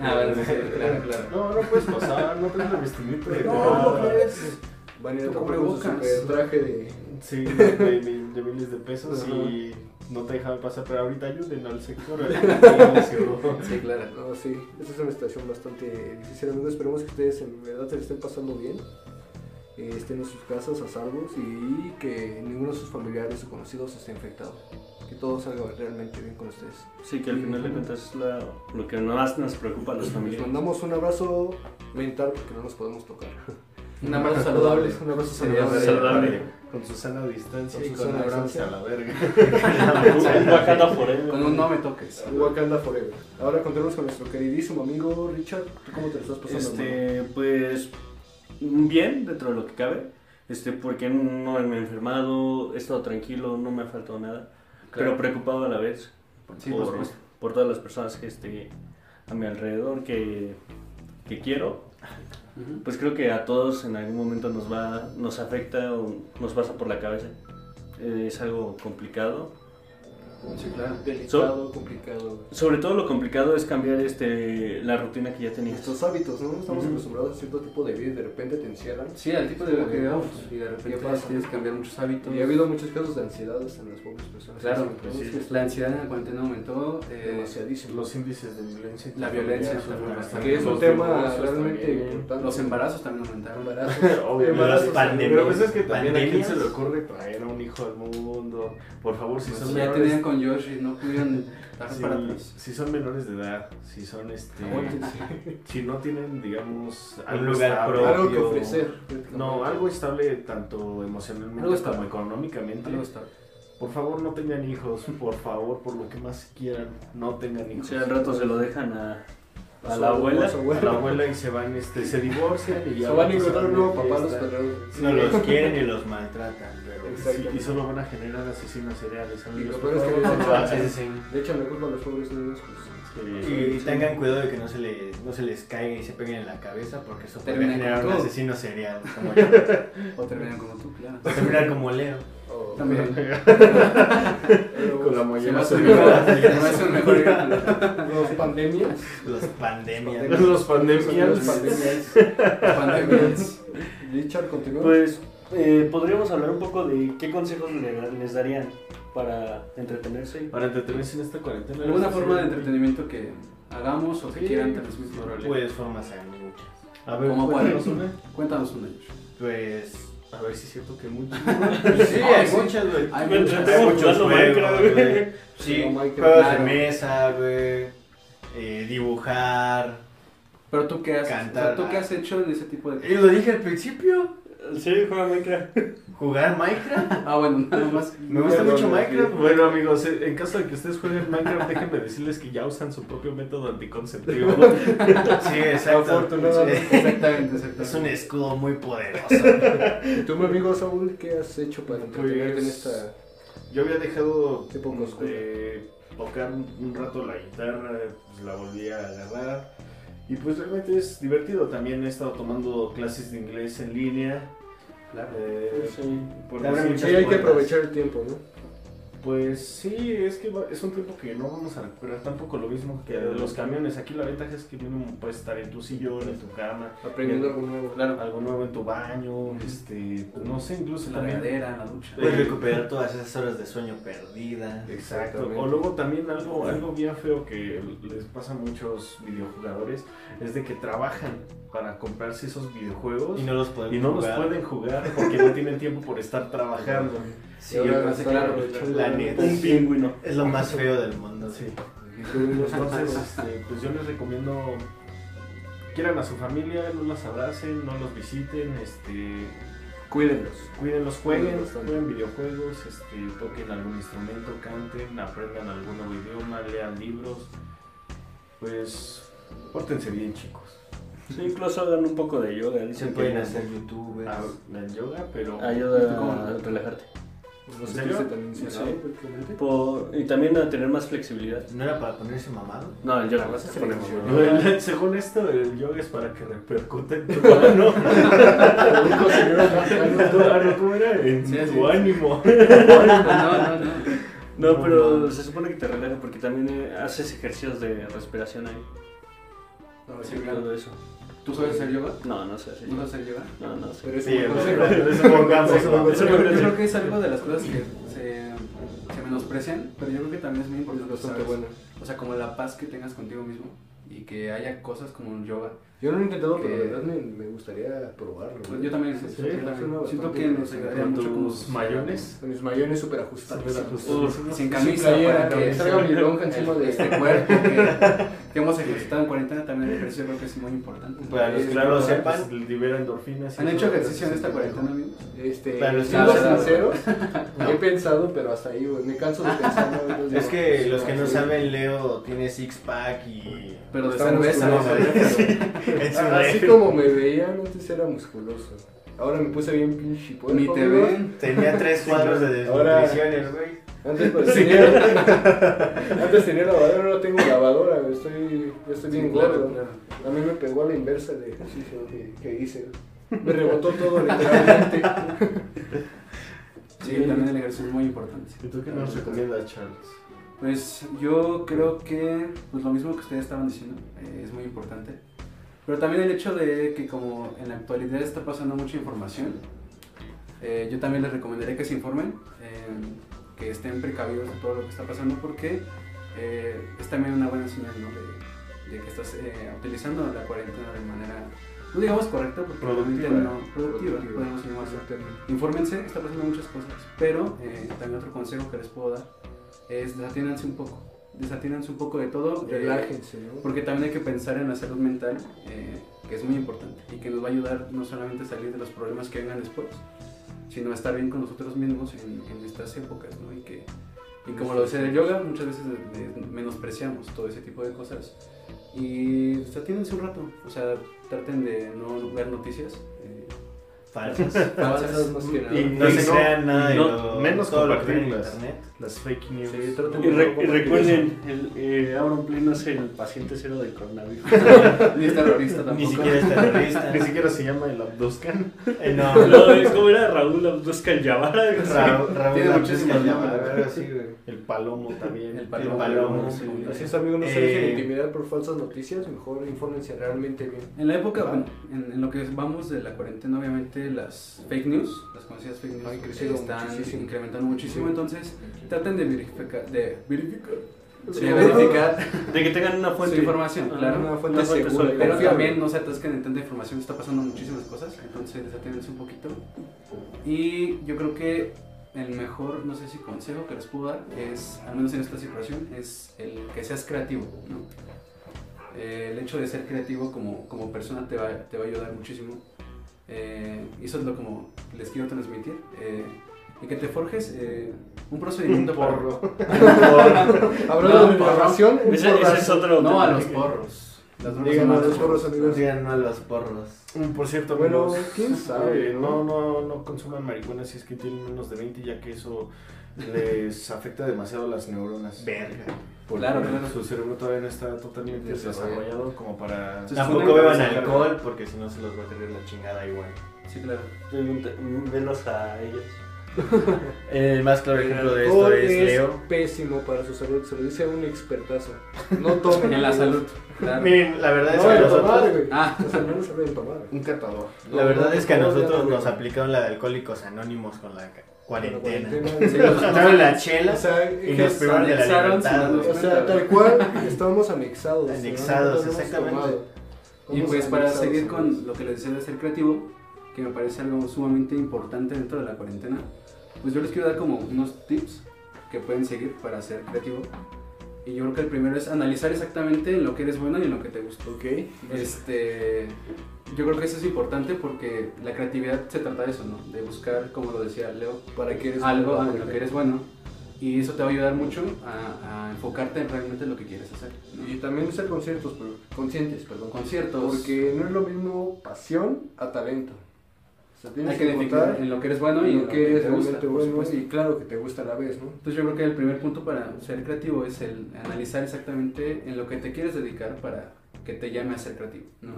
Speaker 2: Ah, bueno, sí, claro, claro.
Speaker 4: No, no puedes pasar, no traes la vestimenta de
Speaker 5: No,
Speaker 4: nada.
Speaker 5: no crees. Van a ir a
Speaker 2: Tú
Speaker 5: comprar con su
Speaker 2: cubrebocas.
Speaker 5: super traje de...
Speaker 4: Sí, de, de- de miles de pesos
Speaker 5: Ajá.
Speaker 4: y no te dejaban pasar, pero ahorita ayuden al sector. al sector de Ciudad.
Speaker 2: Sí, claro.
Speaker 5: No, sí, esta es una situación bastante difícil, amigos. Esperemos que ustedes en verdad se le estén pasando bien, eh, estén en sus casas a salvos y que ninguno de sus familiares o conocidos esté infectado. Que todo salga realmente bien con ustedes.
Speaker 1: Sí, que al final de cuentas es la- lo que más nos preocupa a los
Speaker 5: Les
Speaker 1: familiares.
Speaker 5: mandamos un abrazo mental porque no nos podemos tocar.
Speaker 2: Un abrazo saludable.
Speaker 5: Un abrazo
Speaker 2: Sí, ya
Speaker 5: saludable.
Speaker 2: veré.
Speaker 1: Saludable.
Speaker 4: Con Susana a distancia
Speaker 5: Con
Speaker 4: y con
Speaker 5: Susana a
Speaker 4: abrazos
Speaker 5: distancia.
Speaker 4: a la verga.
Speaker 1: Un Wakanda forever.
Speaker 2: Con un no me toques.
Speaker 5: Wakanda Forever. Ahora continuamos con nuestro queridísimo amigo Richard. ¿Tú cómo te lo estás pasando? hermano?
Speaker 1: Este, pues bien dentro de lo que cabe, este, porque no me he enfermado, he estado tranquilo, no me ha faltado nada, pero preocupado a la vez
Speaker 2: Sí, por
Speaker 1: por,
Speaker 2: supuesto.
Speaker 1: por todas las personas que esté a mi alrededor, que, que quiero.
Speaker 2: Ujú.
Speaker 1: Pues creo que a todos en algún momento nos va, nos afecta o nos pasa por la cabeza. Eh, es algo complicado.
Speaker 2: Sí, claro.
Speaker 5: Delicado, complicado.
Speaker 1: Sobre todo lo complicado es cambiar este, la rutina que ya tenías.
Speaker 5: Nuestros hábitos, ¿no? Estamos
Speaker 1: Ujú.
Speaker 5: acostumbrados a cierto tipo de vida y de repente te encierran.
Speaker 2: Sí, al tipo de vida que llevamos, y de
Speaker 5: ¿Qué
Speaker 2: repente
Speaker 5: pasa?
Speaker 2: tienes que cambiar muchos hábitos.
Speaker 5: Y ha habido muchos casos de ansiedades en las pobres personas.
Speaker 2: Claro,
Speaker 5: Entonces,
Speaker 4: pues sí.
Speaker 5: es
Speaker 2: La ansiedad en la cuarentena aumentó. eh,
Speaker 5: demasiadísimo.
Speaker 4: Los índices de violencia.
Speaker 2: La violencia,
Speaker 4: intrafamiliar son
Speaker 2: la
Speaker 4: bastante
Speaker 5: que es un
Speaker 4: altos.
Speaker 5: tema
Speaker 4: Los
Speaker 5: realmente
Speaker 4: divorcios
Speaker 5: importante.
Speaker 2: los embarazos también aumentaron.
Speaker 5: Embarazos.
Speaker 4: Obvio,
Speaker 5: Embarazos,
Speaker 3: las
Speaker 4: también.
Speaker 3: pandemias.
Speaker 4: Pero pues es que también a quién
Speaker 3: Pandemias.
Speaker 4: se le ocurre traer a un hijo al mundo. Por favor, si son
Speaker 2: Si Pues, ya
Speaker 4: menores.
Speaker 2: tenían con Josh y no pudieron dar
Speaker 4: si-
Speaker 2: para atrás.
Speaker 4: si son menores de edad, si son este.
Speaker 5: Aguántense.
Speaker 4: Si no tienen, digamos,
Speaker 3: lugar
Speaker 4: estable,
Speaker 3: propio.
Speaker 5: Algo que ofrecer.
Speaker 4: No, algo estable tanto
Speaker 2: Algo
Speaker 4: emocionalmente como
Speaker 2: estable.
Speaker 4: económicamente.
Speaker 2: Algo está.
Speaker 4: Por favor, no tengan hijos. Por favor, por lo que más quieran, no tengan hijos.
Speaker 1: Si al rato se lo dejan a, a
Speaker 5: su-
Speaker 1: la abuela.
Speaker 5: a su
Speaker 4: a la abuela y se van, este, se divorcian y ya.
Speaker 5: Se van a
Speaker 4: rato
Speaker 5: encontrar un
Speaker 4: de
Speaker 5: nuevo papá los
Speaker 4: fiesta.
Speaker 5: perros.
Speaker 3: No los quieren y los maltratan, pero.
Speaker 5: Exacto.
Speaker 4: Sí, y solo van a generar asesinos seriales.
Speaker 5: Y
Speaker 4: amigos,
Speaker 5: lo
Speaker 4: por
Speaker 5: peor es
Speaker 4: favor,
Speaker 5: que le
Speaker 4: no
Speaker 5: echan-
Speaker 4: lo
Speaker 3: Ah,
Speaker 5: sí,
Speaker 4: hagan.
Speaker 5: le echan la culpa a los pobres niños. pues,
Speaker 4: Sí.
Speaker 3: Y tengan cuidado de que no se, les, no se les caiga y se peguen en la cabeza porque eso puede
Speaker 2: Terminan
Speaker 3: generar
Speaker 2: con
Speaker 3: un
Speaker 2: todo.
Speaker 3: asesino serial como yo. Va
Speaker 2: O terminan como tú, claro.
Speaker 3: a terminar como Leo.
Speaker 5: o-
Speaker 2: También.
Speaker 5: o
Speaker 4: Oh, Con la
Speaker 2: Se
Speaker 4: mollera.
Speaker 2: me hace un mejor- se me hace un mejor ejemplo.
Speaker 5: Los pandemias.
Speaker 3: Los pandemias.
Speaker 4: Los
Speaker 5: Los
Speaker 4: pandemias.
Speaker 5: pandemias.
Speaker 2: Pandemias.
Speaker 5: Richard, continúa.
Speaker 1: Pues eh, podríamos hablar un poco de qué consejos le- les darían para entretenerse.
Speaker 4: Para entretenerse en esta cuarentena.
Speaker 2: ¿Alguna
Speaker 4: Sí.
Speaker 2: forma de entretenimiento que hagamos o que
Speaker 4: Sí,
Speaker 2: quieran transmitir?
Speaker 4: órale.
Speaker 3: Pues formas hay muchas.
Speaker 4: A ver,
Speaker 2: ¿Cómo
Speaker 4: cuéntanos
Speaker 2: cuál?
Speaker 4: una.
Speaker 2: Cuéntanos una, Josh.
Speaker 3: Pues. A ver si es cierto que muchas.
Speaker 2: Sí,
Speaker 3: sí, hay
Speaker 2: sí.
Speaker 3: muchas, güey.
Speaker 2: Hay
Speaker 1: Me
Speaker 2: muchas.
Speaker 1: entretengo jugando Minecraft, güey.
Speaker 3: güey. Sí,
Speaker 5: No,
Speaker 3: juegos
Speaker 5: Minecraft,
Speaker 3: de
Speaker 5: claro.
Speaker 3: mesa, güey. eh, dibujar.
Speaker 2: Pero tú qué haces? O sea,
Speaker 3: Cantar.
Speaker 2: ¿Tú qué has hecho en ese tipo de
Speaker 3: lo dije al principio.
Speaker 1: Sí, juega Minecraft.
Speaker 3: ¿Jugar Minecraft?
Speaker 2: Ah, bueno, nada más.
Speaker 3: Me gusta
Speaker 5: Bueno,
Speaker 3: mucho
Speaker 5: no,
Speaker 3: Minecraft.
Speaker 4: Bueno amigos, eh, en caso de que ustedes jueguen Minecraft, déjenme decirles que ya usan su propio método anticonceptivo.
Speaker 3: Sí, exacto.
Speaker 5: Afortunadamente.
Speaker 2: Exactamente,
Speaker 3: Es
Speaker 2: exactamente.
Speaker 3: un escudo muy poderoso.
Speaker 5: ¿Y tú, mi amigo Saúl, qué has hecho para
Speaker 2: Pues,
Speaker 5: entretenerte en esta...?
Speaker 4: Yo había dejado
Speaker 5: Época oscura.
Speaker 4: de tocar un un rato la guitarra, pues la volví a agarrar. Y pues realmente es divertido. También he estado tomando clases de inglés en línea.
Speaker 2: Claro.
Speaker 4: eh,
Speaker 1: Sí.
Speaker 4: porque
Speaker 3: Te abre
Speaker 4: sí,
Speaker 5: Sí,
Speaker 3: muchas
Speaker 5: hay que
Speaker 3: puertas.
Speaker 5: aprovechar el tiempo, ¿no?
Speaker 4: Pues sí, es que va- es un tiempo que no vamos a recuperar tampoco lo mismo que de los camiones. Aquí la ventaja es que mínimo puedes estar en tu sillón, en tu cama,
Speaker 5: Aprendiendo algo nuevo.
Speaker 2: Claro.
Speaker 4: algo nuevo en tu baño, este, no sé, incluso
Speaker 2: En la
Speaker 4: también
Speaker 2: regadera, en la ducha.
Speaker 3: Puedes recuperar todas esas horas de sueño perdidas.
Speaker 4: Exacto.
Speaker 5: Exactamente.
Speaker 4: O luego también algo, algo bien feo que les pasa a muchos videojugadores es de que trabajan para comprarse esos videojuegos
Speaker 3: Y no los podemos
Speaker 4: y no los
Speaker 3: jugar.
Speaker 4: pueden jugar porque no tienen tiempo por estar trabajando.
Speaker 5: Y
Speaker 2: yo
Speaker 5: ahora
Speaker 2: creo que
Speaker 5: están
Speaker 2: claro,
Speaker 5: aprovechando
Speaker 3: la neta.
Speaker 1: Un pingüino.
Speaker 3: Es lo más feo del mundo. Sí.
Speaker 4: Entonces, este, pues yo les recomiendo quieran a su familia, no las abracen, no los visiten, este,
Speaker 1: Cuídenlos.
Speaker 4: cuídenlos, jueguen,
Speaker 5: Bastante.
Speaker 4: jueguen videojuegos, este, toquen algún instrumento, canten, aprendan algún nuevo idioma, lean libros. Pues pórtense bien, chicos.
Speaker 1: Sí, incluso hagan un poco de yoga.
Speaker 3: Se
Speaker 1: Dicen
Speaker 3: pueden
Speaker 1: que
Speaker 3: hacer youtubers.
Speaker 4: Ah, Hagan yoga, pero
Speaker 1: Ah, ayuda a relajarte.
Speaker 5: No
Speaker 4: ¿En
Speaker 5: sé
Speaker 4: serio?
Speaker 5: qué se tan insinuado,
Speaker 4: Sí.
Speaker 5: prácticamente.
Speaker 1: Por- y también a tener más flexibilidad.
Speaker 3: ¿No era para ponerse mamado?
Speaker 1: No, el yoga no
Speaker 5: Sí,
Speaker 1: se pone
Speaker 5: sí.
Speaker 1: mamón.
Speaker 4: Lo del- según esto del yoga es para que repercute en tu mano. En tu mano, ¿cómo era? En
Speaker 2: Sí,
Speaker 4: tu
Speaker 2: sí.
Speaker 4: ánimo.
Speaker 2: No, no, no.
Speaker 1: No,
Speaker 4: No.
Speaker 1: pero se supone que te relaja porque también eh, haces ejercicios de respiración ahí.
Speaker 5: Pues
Speaker 2: No, sí,
Speaker 1: y
Speaker 2: claro.
Speaker 1: Todo eso.
Speaker 2: ¿Tú sabes hacer yoga?
Speaker 1: No, no sé. sí.
Speaker 2: ¿No sabes hacer yoga?
Speaker 1: No, no sé.
Speaker 5: Pero es
Speaker 3: Sí,
Speaker 5: un buen
Speaker 3: güey.
Speaker 5: consejo.
Speaker 3: Eso es un gran
Speaker 2: Yo
Speaker 5: Eso es
Speaker 3: consejo.
Speaker 5: un buen
Speaker 2: creo,
Speaker 5: consejo.
Speaker 2: yo creo que es algo de las cosas que se, se menosprecian, pero yo creo que también es muy
Speaker 5: Es
Speaker 2: importante,
Speaker 5: bastante
Speaker 2: ¿sabes?
Speaker 5: bueno.
Speaker 2: O sea, como la paz que tengas contigo mismo y que haya cosas como el yoga.
Speaker 5: Yo no lo he intentado, pero la
Speaker 2: Que-
Speaker 5: verdad me, me gustaría probarlo.
Speaker 2: Pues yo también,
Speaker 5: Sí,
Speaker 2: yo también.
Speaker 5: suena bastante
Speaker 2: siento que nos
Speaker 5: interesante.
Speaker 2: ayudaría
Speaker 4: Con
Speaker 2: mucho como
Speaker 4: tus mayones. Pues,
Speaker 5: Con mis mayones súper ajustados.
Speaker 4: Súper ajustados.
Speaker 2: Uf, sin
Speaker 5: Sin
Speaker 2: camisa, para
Speaker 5: playera,
Speaker 2: que
Speaker 5: que salga mi lonja encima de
Speaker 2: este cuerpo que, que hemos ejercitado en cuarentena también el ejercicio creo que es muy importante.
Speaker 3: Para
Speaker 4: pues,
Speaker 3: los que no lo sepan,
Speaker 4: libera endorfinas. y
Speaker 2: pues,
Speaker 4: pues,
Speaker 2: ¿Han
Speaker 4: eso.
Speaker 2: hecho ejercicio en esta cuarentena, amigos?
Speaker 5: Este,
Speaker 3: Para los
Speaker 5: siendo
Speaker 2: sinceros.
Speaker 5: sinceros, he pensado, pero hasta ahí, güey, me canso de pensar. ¿no? pues, Entonces,
Speaker 3: Es que
Speaker 5: digo,
Speaker 3: los que no
Speaker 5: sí,
Speaker 3: saben, Leo tiene six pack y.
Speaker 2: Pero de
Speaker 5: está
Speaker 2: cerveza.
Speaker 5: musculoso,
Speaker 3: ¿no?
Speaker 5: pero-
Speaker 3: en su
Speaker 5: Ah, Así
Speaker 3: refri.
Speaker 5: como me veían, antes era musculoso. Ahora me puse bien pinche puerco,
Speaker 2: Ni te
Speaker 5: amigo.
Speaker 2: ven.
Speaker 3: Tenía tres cuadros de
Speaker 5: Ahora-
Speaker 3: desnutriciones, güey.
Speaker 5: Antes pues, tenía, antes tenía lavadora, ahora tengo lavadora, güey, estoy, yo estoy bien gordo. A mí me pegó a la inversa el ejercicio que, que hice. Me rebotó todo literalmente.
Speaker 2: Sí, también el ejercicio es muy importante.
Speaker 4: ¿Y tú qué nos recomiendas, Charles?
Speaker 2: Pues yo creo que pues lo mismo que ustedes estaban diciendo eh, es muy importante. Pero también el hecho de que como en la actualidad está pasando mucha información, eh, yo también les recomendaría que se informen, eh, que estén precavidos de todo lo que está pasando porque eh, es también una buena señal ¿no? de, de que estás eh, utilizando la cuarentena de manera, no digamos correcta, porque
Speaker 4: Productiva.
Speaker 2: realmente no productiva,
Speaker 5: Productiva.
Speaker 2: podemos llamarlo. Infórmense, está pasando muchas cosas, pero eh, también otro consejo que les puedo dar es desatiénanse un poco, desatiénanse un poco de todo, eh,
Speaker 5: Relájense, ¿no?
Speaker 2: porque también hay que pensar en la salud mental, eh, que es muy importante y que nos va a ayudar no solamente a salir de los problemas que vengan después, sino a estar bien con nosotros mismos en, en estas épocas, ¿no? Y que, y como lo decía el yoga, muchas veces de- de- menospreciamos todo ese tipo de cosas y desatiénanse un rato, o sea, traten de no ver noticias. eh,
Speaker 3: Falsas.
Speaker 5: Falsas más que nada.
Speaker 1: Y-
Speaker 3: No se
Speaker 1: no-
Speaker 3: crean nada de
Speaker 1: no-
Speaker 3: lo.
Speaker 4: menos
Speaker 3: todo lo que ven en
Speaker 4: compartirlas.
Speaker 3: internet.
Speaker 4: Las fake news.
Speaker 5: Sí, traten
Speaker 1: Y, re- y recuerden, el, eh, Auron Play no es el paciente cero del coronavirus.
Speaker 2: ni es terrorista tampoco.
Speaker 3: Ni siquiera es terrorista.
Speaker 4: Ni siquiera se llama el Abduscan.
Speaker 3: Eh, no,
Speaker 1: No, es como era Raúl Abduscan Yavara.
Speaker 3: Ra- Raúl
Speaker 2: Tiene
Speaker 3: Abdul
Speaker 2: muchísimos
Speaker 3: Kalam,
Speaker 2: nombres.
Speaker 3: algo así, güey.
Speaker 4: El Palomo también.
Speaker 2: El
Speaker 3: palomo.
Speaker 2: sí.
Speaker 5: Así es, amigos, no se dejen
Speaker 3: Eh,
Speaker 5: intimidar por falsas noticias, mejor infórmense realmente bien.
Speaker 2: En la época, bueno, en, en lo que vamos de la cuarentena, obviamente las fake news, las conocidas fake news,
Speaker 5: Han crecido
Speaker 2: están
Speaker 5: muchísimo.
Speaker 2: incrementando muchísimo. Entonces, traten de verificar, de verificar,
Speaker 5: Sí,
Speaker 2: de
Speaker 5: ¿no?
Speaker 2: verificar
Speaker 1: De que tengan una fuente.
Speaker 2: su información,
Speaker 1: Ajá,
Speaker 2: claro.
Speaker 5: una fuente segura,
Speaker 1: sólida.
Speaker 2: Pero
Speaker 5: confiable.
Speaker 2: también no se atasquen en tanta información, está pasando muchísimas cosas, entonces desaténganse un poquito. Y yo creo que el mejor, no sé si consejo que les puedo dar es, al menos en esta situación, es el que seas creativo, ¿no? Eh, el hecho de ser creativo como, como persona te va, te va a ayudar muchísimo. Eh, y eso es lo como les quiero transmitir. eh, y que te forjes eh, un procedimiento para-
Speaker 5: Hablando
Speaker 2: No,
Speaker 5: de
Speaker 2: porro.
Speaker 5: información, un
Speaker 1: Ese, ese es
Speaker 5: porrazo.
Speaker 1: otro
Speaker 2: No
Speaker 1: tema.
Speaker 2: a los porros. Las drogas
Speaker 5: Digan a
Speaker 2: son
Speaker 5: los
Speaker 2: malas.
Speaker 5: porros, amigos.
Speaker 3: Digan no a los porros.
Speaker 4: Mm, Por cierto,
Speaker 5: Bueno,
Speaker 4: amigos,
Speaker 5: quién sabe,
Speaker 4: eh,
Speaker 5: ¿no?
Speaker 4: no, no, no consuman marihuana si es que tienen menos de 20, ya que eso les afecta demasiado las neuronas.
Speaker 3: Verga.
Speaker 4: Porque
Speaker 2: Claro, claro.
Speaker 4: Su cerebro todavía no está totalmente
Speaker 3: Desarrollado.
Speaker 4: desarrollado como para.
Speaker 2: Entonces,
Speaker 3: Tampoco
Speaker 2: una
Speaker 3: beban
Speaker 2: empresa-
Speaker 3: alcohol porque si no se los va a tener la chingada igual.
Speaker 2: Sí, claro.
Speaker 1: Venos a ellos.
Speaker 3: El más claro
Speaker 5: El
Speaker 3: ejemplo de esto
Speaker 5: alcohol
Speaker 3: es
Speaker 5: es
Speaker 3: Leo.
Speaker 5: pésimo para su salud, se lo dice un expertazo. No tomen.
Speaker 2: En la salud. Claro.
Speaker 3: Miren, la verdad es
Speaker 5: No,
Speaker 3: que
Speaker 5: el
Speaker 3: nosotros
Speaker 5: tomar, güey.
Speaker 2: Ah.
Speaker 5: O sea, no nos hablen de tomar. güey.
Speaker 4: Un catador.
Speaker 3: La verdad es que a
Speaker 5: No, no,
Speaker 3: nosotros
Speaker 5: no, no,
Speaker 3: nos
Speaker 5: no.
Speaker 3: aplicaron la de alcohólicos anónimos con la ca- cuarentena.
Speaker 5: Con la
Speaker 3: Nos
Speaker 5: cuarentena.
Speaker 2: Sí, nos-
Speaker 3: quitaron la chela
Speaker 5: O sea,
Speaker 3: y
Speaker 5: que
Speaker 3: nos privaron de la
Speaker 2: anexaron
Speaker 3: libertad.
Speaker 2: sin
Speaker 3: güey.
Speaker 5: O sea, tal cual estábamos anexados.
Speaker 3: Anexados,
Speaker 5: ¿no? No hemos
Speaker 3: exactamente.
Speaker 5: tomado.
Speaker 2: Y pues
Speaker 5: Somos
Speaker 2: para
Speaker 5: anexados,
Speaker 2: seguir
Speaker 5: amigos.
Speaker 2: con lo que les decía de ser creativo, que me parece algo sumamente importante dentro de la cuarentena, pues yo les quiero dar como unos tips que pueden seguir para ser creativo. Y yo creo que el primero es analizar exactamente en lo que eres bueno y en lo que te gusta.
Speaker 5: Ok.
Speaker 2: Este, yo creo que eso es importante porque la creatividad se trata de eso, ¿no? De buscar, como lo decía Leo,
Speaker 5: ¿Para qué eres
Speaker 2: algo
Speaker 5: bueno?
Speaker 2: en lo que eres bueno. Y eso te va a ayudar mucho a, a enfocarte en realmente lo que quieres hacer. ¿no?
Speaker 5: Y también ser conciertos, pero, conscientes, perdón.
Speaker 2: Conciertos.
Speaker 5: Porque no es lo mismo pasión a talento. O sea, tienes
Speaker 2: Hay que
Speaker 5: que
Speaker 2: definir
Speaker 5: encontrar
Speaker 2: en lo que eres bueno y en
Speaker 5: lo que eres
Speaker 2: te gusta,
Speaker 5: realmente
Speaker 2: por
Speaker 5: bueno
Speaker 2: supuesto.
Speaker 5: y claro que te gusta a la vez, ¿no?
Speaker 2: Entonces yo creo que el primer punto para ser creativo es el analizar exactamente en lo que te quieres dedicar para que te llame a ser creativo. ¿no?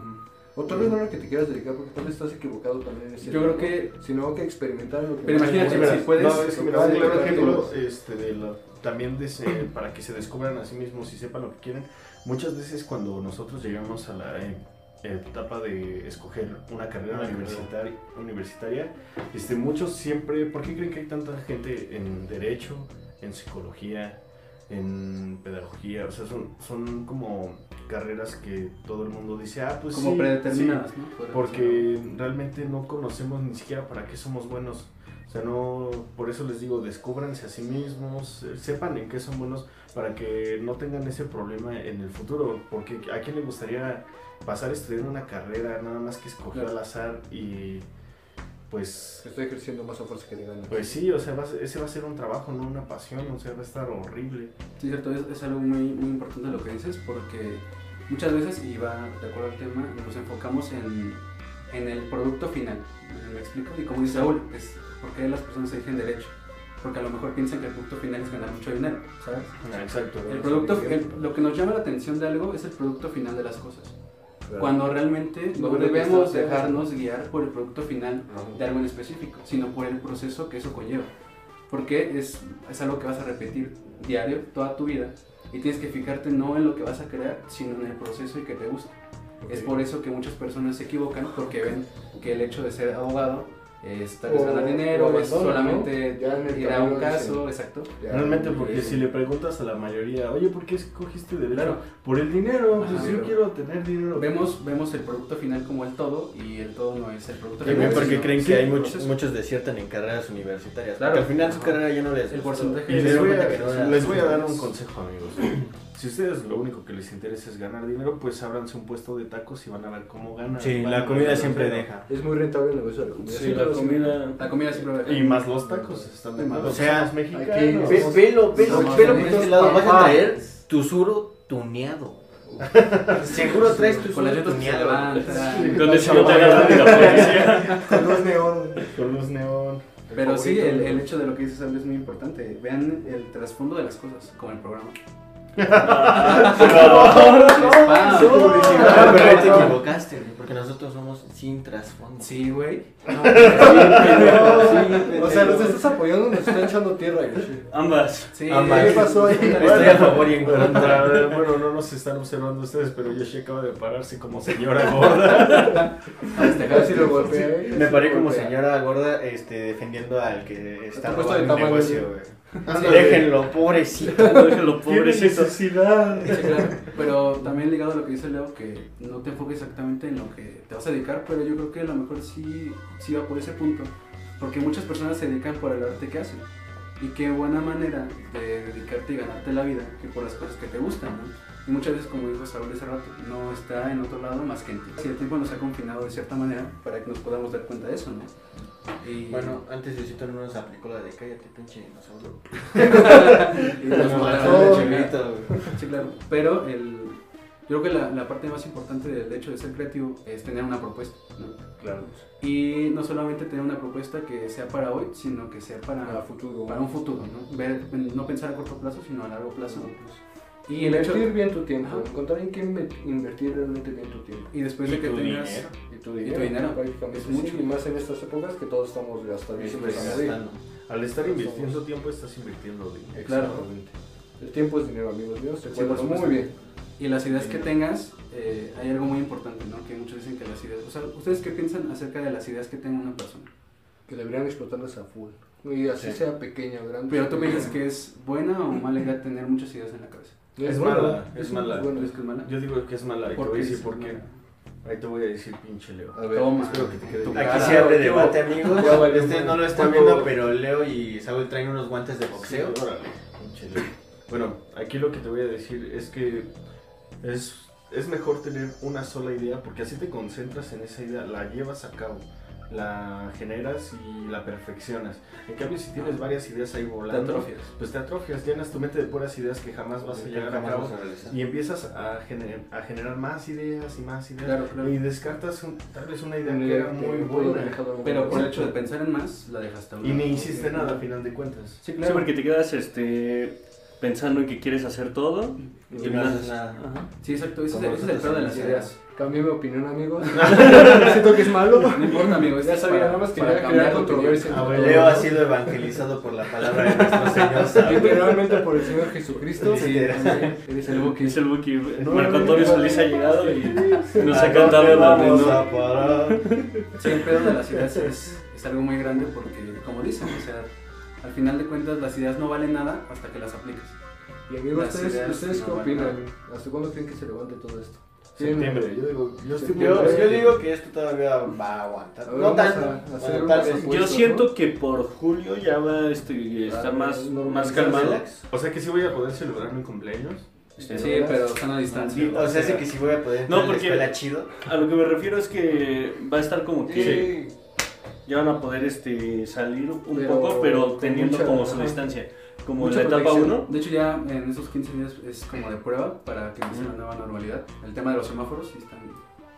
Speaker 5: O tal vez no a lo que te quieras dedicar, porque tal vez estás equivocado también en ese
Speaker 2: Yo creo que
Speaker 5: Sino que experimentar lo que...
Speaker 2: Pero
Speaker 5: más te
Speaker 2: imagínate,
Speaker 5: gusta.
Speaker 2: si puedes-
Speaker 4: Pues, No, es que me da un
Speaker 5: Vale,
Speaker 4: claro
Speaker 5: claro,
Speaker 4: ejemplo
Speaker 5: claro.
Speaker 4: este, de lo- también de ese- para que se descubran a sí mismos y sepan lo que quieren. Muchas veces cuando nosotros llegamos a la eh, etapa de escoger una carrera
Speaker 3: Una
Speaker 4: universitaria, universitaria este, muchos siempre, ¿por qué creen que hay tanta gente en derecho, en psicología, en pedagogía? O sea, son, son como carreras que todo el mundo dice, ah, pues
Speaker 2: como
Speaker 4: sí, sí,
Speaker 2: predeterminadas, ¿no? Podríamos
Speaker 4: porque realmente no conocemos ni siquiera para qué somos buenos. O sea, no, por eso les digo, descúbranse a sí mismos, eh, sepan en qué son buenos para que no tengan ese problema en el futuro. Porque a quién le gustaría pasar estudiando una carrera, nada más que escoger
Speaker 2: Claro.
Speaker 4: al azar y pues...
Speaker 5: Estoy ejerciendo más a fuerza que de ganas.
Speaker 4: Pues sí, o sea, va a ser- ese va a ser un trabajo, no una pasión, o sea, va a estar horrible.
Speaker 2: Sí, cierto, es, es algo muy, muy importante lo que dices porque muchas veces, y va de acuerdo al tema, nos enfocamos en, en el producto final. ¿Me explico? Y como dice Saúl, es porque las personas se eligen derecho. Porque a lo mejor piensan que el producto final es ganar mucho dinero, ¿sabes?
Speaker 4: exacto.
Speaker 2: El producto, el- lo que nos llama la atención de algo es el producto final de las cosas. Cuando realmente no
Speaker 5: Lo que
Speaker 2: debemos
Speaker 5: está-
Speaker 2: dejarnos guiar por el producto final de algo en específico, sino por el proceso que eso conlleva. Porque es, es algo que vas a repetir diario, toda tu vida, y tienes que fijarte no en lo que vas a crear, sino en el proceso y que te gusta. Es por eso que muchas personas se equivocan porque ven que el hecho de ser abogado es tal vez
Speaker 5: O-
Speaker 2: ganar
Speaker 5: o
Speaker 2: dinero, es
Speaker 5: abandono,
Speaker 2: solamente
Speaker 5: ¿no? Ya en el
Speaker 2: ir a un
Speaker 5: camino dicen-
Speaker 2: caso, exacto.
Speaker 5: Ya,
Speaker 4: Realmente,
Speaker 5: güey,
Speaker 4: porque
Speaker 5: güey.
Speaker 4: si le preguntas a la mayoría, oye, ¿por qué escogiste derecho?
Speaker 2: Claro.
Speaker 4: Por el dinero,
Speaker 2: Ajá.
Speaker 4: pues yo quiero tener dinero.
Speaker 2: Vemos, vemos el producto final como el todo y el todo no es el producto final.
Speaker 3: También porque
Speaker 2: sino-
Speaker 3: creen
Speaker 2: Sí,
Speaker 3: que hay
Speaker 2: el
Speaker 3: muchos,
Speaker 2: proceso.
Speaker 3: muchos desiertan en carreras universitarias.
Speaker 2: Claro.
Speaker 3: Porque al final su
Speaker 2: Ajá.
Speaker 3: carrera ya no les
Speaker 2: El
Speaker 3: gustó.
Speaker 2: porcentaje
Speaker 4: Y
Speaker 3: se
Speaker 4: les
Speaker 3: dieron
Speaker 4: voy,
Speaker 3: cuenta que no
Speaker 4: a,
Speaker 3: era-
Speaker 4: les voy a dar un consejo, amigos. Si ustedes lo único que les interesa es ganar dinero, pues ábranse un puesto de tacos y van a ver cómo ganan.
Speaker 3: Sí,
Speaker 4: Van a
Speaker 3: la comida
Speaker 4: ganar
Speaker 3: siempre
Speaker 4: dinero.
Speaker 3: deja.
Speaker 5: Es muy rentable el negocio de la comida.
Speaker 1: Sí, la comida.
Speaker 2: La comida siempre va a
Speaker 4: Y más los tacos están de más.
Speaker 3: O sea,
Speaker 5: aquí-
Speaker 3: Ve-
Speaker 5: Somos-
Speaker 3: velo, velo,
Speaker 5: somos
Speaker 3: velo por
Speaker 2: amigos
Speaker 3: este lado. Vas a
Speaker 2: papás.
Speaker 3: traer tu suro tuneado. Seguro traes tu
Speaker 2: Con las
Speaker 3: suro
Speaker 2: llantas que se
Speaker 3: tuneado.
Speaker 2: levantan.
Speaker 1: Donde si no te agarran de la policía.
Speaker 5: Con los neón.
Speaker 4: con luz neón.
Speaker 2: Pero sí,
Speaker 5: Favorito,
Speaker 2: el,
Speaker 5: güey.
Speaker 2: el hecho de lo que dices Saúl, es muy importante. Vean el trasfondo de las cosas, como el programa. Spam.
Speaker 3: Ah, pero ahí te equivocaste, güey, porque nosotros somos sin trasfondo.
Speaker 2: Sí, güey. No,
Speaker 5: O sea, los estás apoyando, nos están echando tierra. güey.
Speaker 1: Ambas.
Speaker 2: sí,
Speaker 3: Ambas.
Speaker 5: ¿Qué pasó ahí?
Speaker 3: Estoy a favor y en contra.
Speaker 4: Bueno, no nos están observando ustedes, pero Yoshi acaba de pararse como señora gorda.
Speaker 2: Hasta acá
Speaker 5: Casi
Speaker 2: sí
Speaker 5: lo
Speaker 2: lo-
Speaker 5: golpeé. ¿eh?
Speaker 3: Me paré como señora gorda este, defendiendo al que está
Speaker 5: Está puesto
Speaker 3: robando
Speaker 5: de
Speaker 3: el
Speaker 5: tamaño,
Speaker 3: negocio, güey. Déjenlo, pobrecito.
Speaker 1: Déjalo,
Speaker 4: Tiene
Speaker 1: pobrecito.
Speaker 4: necesidad.
Speaker 2: Sí, claro. Pero también ligado a lo que dice Leo, que no te enfoques exactamente en lo que te vas a dedicar, pero yo creo que a lo mejor sí, sí va por ese punto. Porque muchas personas se dedican por el arte que hacen. Y qué buena manera de dedicarte y ganarte la vida que por las cosas que te gustan, ¿no? Y muchas veces, como dijo Saúl hace rato, no está en otro lado más que en ti. Si el tiempo nos ha confinado de cierta manera para que nos podamos dar cuenta de eso, ¿no? Y,
Speaker 3: Bueno, antes Diosito no nos aplicó la de cállate, pinche dinosaurio.
Speaker 2: y nos
Speaker 3: mató
Speaker 2: mató,
Speaker 3: de chiquito, güey.
Speaker 2: Sí, claro. Pero el, yo creo que la, la parte más importante del hecho de ser creativo es tener una propuesta, ¿no?
Speaker 5: Claro.
Speaker 2: Y no solamente tener una propuesta que sea para hoy, sino que sea
Speaker 5: A
Speaker 2: para,
Speaker 5: futuro.
Speaker 2: para un futuro, ¿no? Ver- no pensar a corto plazo, sino a largo plazo. Y el hecho...
Speaker 5: Invertir bien tu tiempo.
Speaker 2: Ajá.
Speaker 5: Encontrar en qué inve- invertir realmente bien tu tiempo.
Speaker 2: Y después
Speaker 3: Y
Speaker 2: de que
Speaker 3: tu
Speaker 2: tengas...
Speaker 3: dinero.
Speaker 5: Y tu dinero.
Speaker 2: dinero.
Speaker 5: Prácticamente.
Speaker 2: Es
Speaker 5: sí,
Speaker 2: mucho.
Speaker 5: Y más en estas épocas que todos estamos
Speaker 3: Siempre
Speaker 5: gastadísimos. a morir.
Speaker 3: gastando.
Speaker 4: Al estar invirtiendo tiempo, estás invirtiendo dinero.
Speaker 2: Claro.
Speaker 5: El tiempo es dinero, amigos míos. Se
Speaker 2: Sí,
Speaker 5: puede
Speaker 2: por
Speaker 5: muy
Speaker 2: supuesto.
Speaker 5: bien.
Speaker 2: Y las ideas que tengas, eh, hay algo muy importante, ¿no? Que muchos dicen que las ideas... O sea, ¿ustedes qué piensan acerca de las ideas que tenga una persona?
Speaker 5: Que deberían explotarlas a full. Y así
Speaker 3: Sí.
Speaker 5: sea pequeña o grande.
Speaker 2: Pero tú piensas que es buena o mala idea tener muchas ideas en la cabeza.
Speaker 5: Es,
Speaker 3: Es
Speaker 5: bueno,
Speaker 3: mala, es mala.
Speaker 2: ¿Tú
Speaker 5: bueno.
Speaker 2: crees que es mala?
Speaker 4: Yo digo que es mala, y te
Speaker 2: ¿Por
Speaker 4: voy a
Speaker 2: qué
Speaker 4: decir
Speaker 2: es
Speaker 4: por qué.
Speaker 2: mala?
Speaker 4: Ahí te voy a decir, pinche Leo.
Speaker 5: A ver,
Speaker 2: Toma.
Speaker 4: Espero que te quede
Speaker 2: Tu
Speaker 4: bien.
Speaker 2: cara.
Speaker 3: Aquí se abre
Speaker 5: ¿Qué
Speaker 3: debate, amigos.
Speaker 5: Ya valió
Speaker 3: Ustedes
Speaker 5: madre.
Speaker 3: no lo están
Speaker 5: Huevo.
Speaker 3: viendo, pero Leo y Saúl traen unos guantes de boxeo.
Speaker 4: Sí, órale, pinche Leo. Bueno, aquí lo que te voy a decir es que es, es mejor tener una sola idea porque así te concentras en esa idea, la llevas a cabo, la generas y la perfeccionas. En cambio, si tienes varias ideas ahí
Speaker 2: Te
Speaker 4: volando,
Speaker 2: atrofias.
Speaker 4: pues te atrofias, llenas tu mente de puras ideas que jamás vas a llegar a
Speaker 3: Jamás
Speaker 4: cabo
Speaker 3: vas a realizar.
Speaker 4: y empiezas a, gener- a generar más ideas y más ideas.
Speaker 2: Claro, claro.
Speaker 4: Y descartas un- tal vez una idea que
Speaker 5: Tener-
Speaker 4: era
Speaker 5: tener
Speaker 4: muy
Speaker 5: un poco de
Speaker 4: buena
Speaker 5: alejado algo
Speaker 2: Pero
Speaker 5: bueno.
Speaker 2: por el hecho de pensar en más, la dejaste a un
Speaker 4: y ni
Speaker 2: lado.
Speaker 4: hiciste nada a final de cuentas.
Speaker 2: Sí,
Speaker 1: Sí,
Speaker 2: claro.
Speaker 1: porque te quedas este, pensando en que quieres hacer todo
Speaker 3: Y no haces nada.
Speaker 1: Ajá.
Speaker 2: Sí, exacto. Ese es,
Speaker 3: Como
Speaker 2: el- ese es el
Speaker 3: nosotros
Speaker 2: peor de
Speaker 3: en
Speaker 2: las
Speaker 3: las
Speaker 2: ideas.
Speaker 5: Cambié mi opinión, amigos. Siento que es malo.
Speaker 2: No importa, amigo. este
Speaker 5: Ya
Speaker 2: es
Speaker 5: sabía,
Speaker 2: para-
Speaker 5: nada más
Speaker 2: para
Speaker 5: quería
Speaker 2: cambiar
Speaker 5: crear
Speaker 2: tu opinión.
Speaker 5: controversia.
Speaker 4: Ah, bueno,
Speaker 3: Leo ha sido evangelizado por la palabra de nuestro Señor. Saúl.
Speaker 5: Literalmente por el Señor Jesucristo.
Speaker 3: Sí,
Speaker 5: Eres el buque.
Speaker 1: Es el Buki.
Speaker 5: No,
Speaker 1: Marco Antonio
Speaker 5: no, no,
Speaker 1: Solís ha llegado y nos
Speaker 3: ¿A
Speaker 1: ha
Speaker 3: dónde
Speaker 1: cantado la
Speaker 3: vamos
Speaker 1: menor.
Speaker 3: a parar?
Speaker 2: Sí, el pedo de las ideas es, es algo muy grande porque, como dicen, o sea, al final de cuentas las ideas no valen nada hasta que las aplicas.
Speaker 5: Y amigos,
Speaker 2: Las
Speaker 5: ¿ustedes,
Speaker 2: ideas
Speaker 5: ¿ustedes
Speaker 2: no
Speaker 5: qué
Speaker 2: van
Speaker 5: opinan? ¿Hasta cuándo creen que se levante todo esto?
Speaker 4: Septiembre, yo digo, yo estoy muy
Speaker 5: Septiembre.
Speaker 3: Yo, yo
Speaker 4: contento.
Speaker 3: digo que esto todavía va a aguantar.
Speaker 5: A ver,
Speaker 3: no
Speaker 5: vamos a
Speaker 3: tanto.
Speaker 5: hacer
Speaker 3: Bueno,
Speaker 5: unas
Speaker 3: tal vez.
Speaker 5: apuestas.
Speaker 1: Yo
Speaker 5: Puesto,
Speaker 1: siento que por julio ya va a este,
Speaker 5: Ah,
Speaker 1: estar más, más
Speaker 5: normalizarse
Speaker 1: calmado.
Speaker 5: la-
Speaker 4: O sea que sí voy a poder celebrar mi cumpleaños.
Speaker 2: Sí,
Speaker 5: ¿verdad?
Speaker 2: pero están a distancia.
Speaker 3: O sea, sí que sí voy a poder entrar
Speaker 1: No,
Speaker 3: en la
Speaker 1: porque-
Speaker 3: escuela chido.
Speaker 1: A lo que me refiero es que va a estar como que
Speaker 5: Sí.
Speaker 1: ya van a poder este, salir un
Speaker 5: Pero
Speaker 1: poco, pero
Speaker 5: con
Speaker 1: teniendo
Speaker 5: mucha-
Speaker 1: como su
Speaker 5: ajá.
Speaker 1: distancia. Como en
Speaker 5: Mucha
Speaker 1: la etapa
Speaker 5: protección.
Speaker 1: 1.
Speaker 2: De hecho, ya en esos 15 días es como de prueba para que empiece la nueva normalidad. El tema de los semáforos sí están...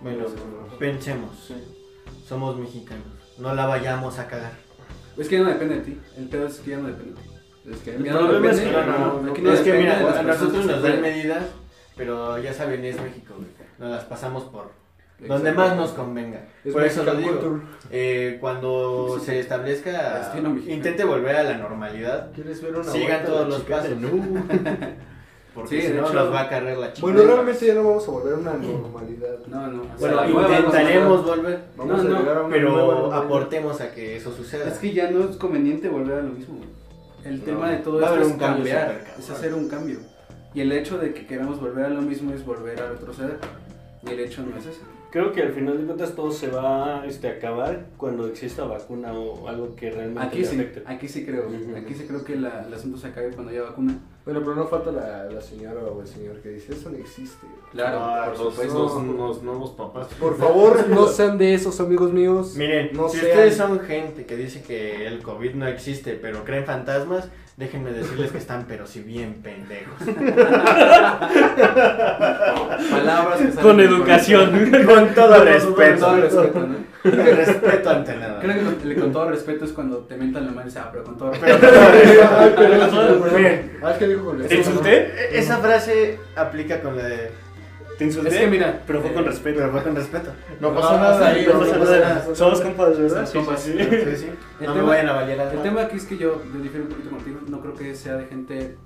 Speaker 3: Bueno, pensemos. Somos mexicanos. No la vayamos a cagar.
Speaker 2: Es que ya no depende de ti. El pedo es que ya no depende de ti.
Speaker 5: Es que
Speaker 2: El
Speaker 5: ya
Speaker 2: problema
Speaker 5: depende,
Speaker 2: es que
Speaker 5: ¿no?
Speaker 2: no, no, no.
Speaker 5: Aquí
Speaker 2: no
Speaker 3: es que
Speaker 2: depende de
Speaker 3: mira,
Speaker 2: las
Speaker 3: a nosotros
Speaker 2: personas que
Speaker 3: nos dan
Speaker 2: pueden.
Speaker 3: medidas, pero ya saben, es México, güey. Nos las pasamos por
Speaker 5: Exacto.
Speaker 3: donde más nos convenga.
Speaker 5: Es
Speaker 3: por eso lo
Speaker 5: Mexican
Speaker 3: digo.
Speaker 5: culture.
Speaker 3: Eh, cuando
Speaker 2: Sí.
Speaker 3: se establezca,
Speaker 2: Destino mexicano.
Speaker 3: intente volver a la normalidad,
Speaker 4: ¿Quieres ver una
Speaker 3: Sigan
Speaker 4: vuelta
Speaker 3: todos
Speaker 4: de
Speaker 3: los
Speaker 4: chicas de
Speaker 3: pasos.
Speaker 4: nu?
Speaker 3: porque
Speaker 2: Sí,
Speaker 3: si
Speaker 2: de
Speaker 3: no
Speaker 2: hecho-
Speaker 3: nos va a cargar la chica.
Speaker 5: Bueno, realmente ya no vamos a volver a una normalidad.
Speaker 2: No, no. o
Speaker 3: Bueno,
Speaker 2: sea, igual vamos a-
Speaker 3: intentaremos volver,
Speaker 5: Vamos
Speaker 2: No, no,
Speaker 5: a llegar a una nueva
Speaker 3: pero
Speaker 5: normalidad.
Speaker 3: aportemos a que eso suceda.
Speaker 2: Es que ya no es conveniente volver a lo mismo. güey. El
Speaker 3: No,
Speaker 2: tema de todo
Speaker 3: va
Speaker 2: esto
Speaker 3: a haber
Speaker 2: es
Speaker 3: un cambio
Speaker 2: cambiar,
Speaker 3: súper cabrón.
Speaker 2: es hacer un cambio. Y el hecho de que queramos volver a lo mismo es volver a retroceder. Y el hecho no es ese.
Speaker 1: Creo que al final de cuentas todo se va este, a acabar cuando exista vacuna o algo que realmente
Speaker 2: Aquí
Speaker 1: le
Speaker 2: sí,
Speaker 1: afecte.
Speaker 2: aquí sí creo,
Speaker 1: Ujú.
Speaker 2: aquí sí creo que la, el asunto se acabe cuando haya vacuna.
Speaker 5: Bueno, pero no falta la, la señora o el señor que dice, eso no existe.
Speaker 2: Claro,
Speaker 4: Ah,
Speaker 2: por
Speaker 4: los,
Speaker 2: supuesto.
Speaker 4: los- los nuevos papás.
Speaker 5: Por favor, no sean de esos amigos míos.
Speaker 3: Miren,
Speaker 5: No
Speaker 3: si
Speaker 5: sean-
Speaker 3: ustedes son gente que dice que el COVID no existe, pero creen fantasmas, déjenme decirles que están, pero si bien pendejos.
Speaker 2: Palabras que salen
Speaker 1: Con
Speaker 2: del
Speaker 1: educación.
Speaker 3: Con todo
Speaker 2: corazón. Con
Speaker 3: respeto.
Speaker 2: todo respeto, ¿no?
Speaker 3: respeto ante nada.
Speaker 2: Creo que con- el con todo respeto es cuando te mentan la madre y dices, ah, pero con todo respeto.
Speaker 3: Pero- pero-
Speaker 5: Ay, perdón, perdón, perdón.
Speaker 3: Miren.
Speaker 5: Ah, es que dijo con
Speaker 1: ¿Te
Speaker 5: respeto, ¿no?
Speaker 1: insulté?
Speaker 3: Esa frase aplica con la de.
Speaker 1: ¿Te insulté?
Speaker 2: Es que mira,
Speaker 1: pero fue con
Speaker 2: eh,
Speaker 1: respeto.
Speaker 3: Pero fue con respeto. No
Speaker 5: No,
Speaker 3: pasa
Speaker 5: no,
Speaker 3: nada.
Speaker 5: sí,
Speaker 3: no
Speaker 5: no
Speaker 3: pasa
Speaker 5: pasa
Speaker 3: nada.
Speaker 5: nada.
Speaker 1: Somos compas, ¿verdad?
Speaker 2: Somos compas.
Speaker 3: Sí, sí.
Speaker 2: El
Speaker 3: No me
Speaker 2: tema-
Speaker 3: vayan a balear
Speaker 2: El
Speaker 3: al
Speaker 2: tema aquí es que yo, yo difiero un poquito contigo, no creo que sea de gente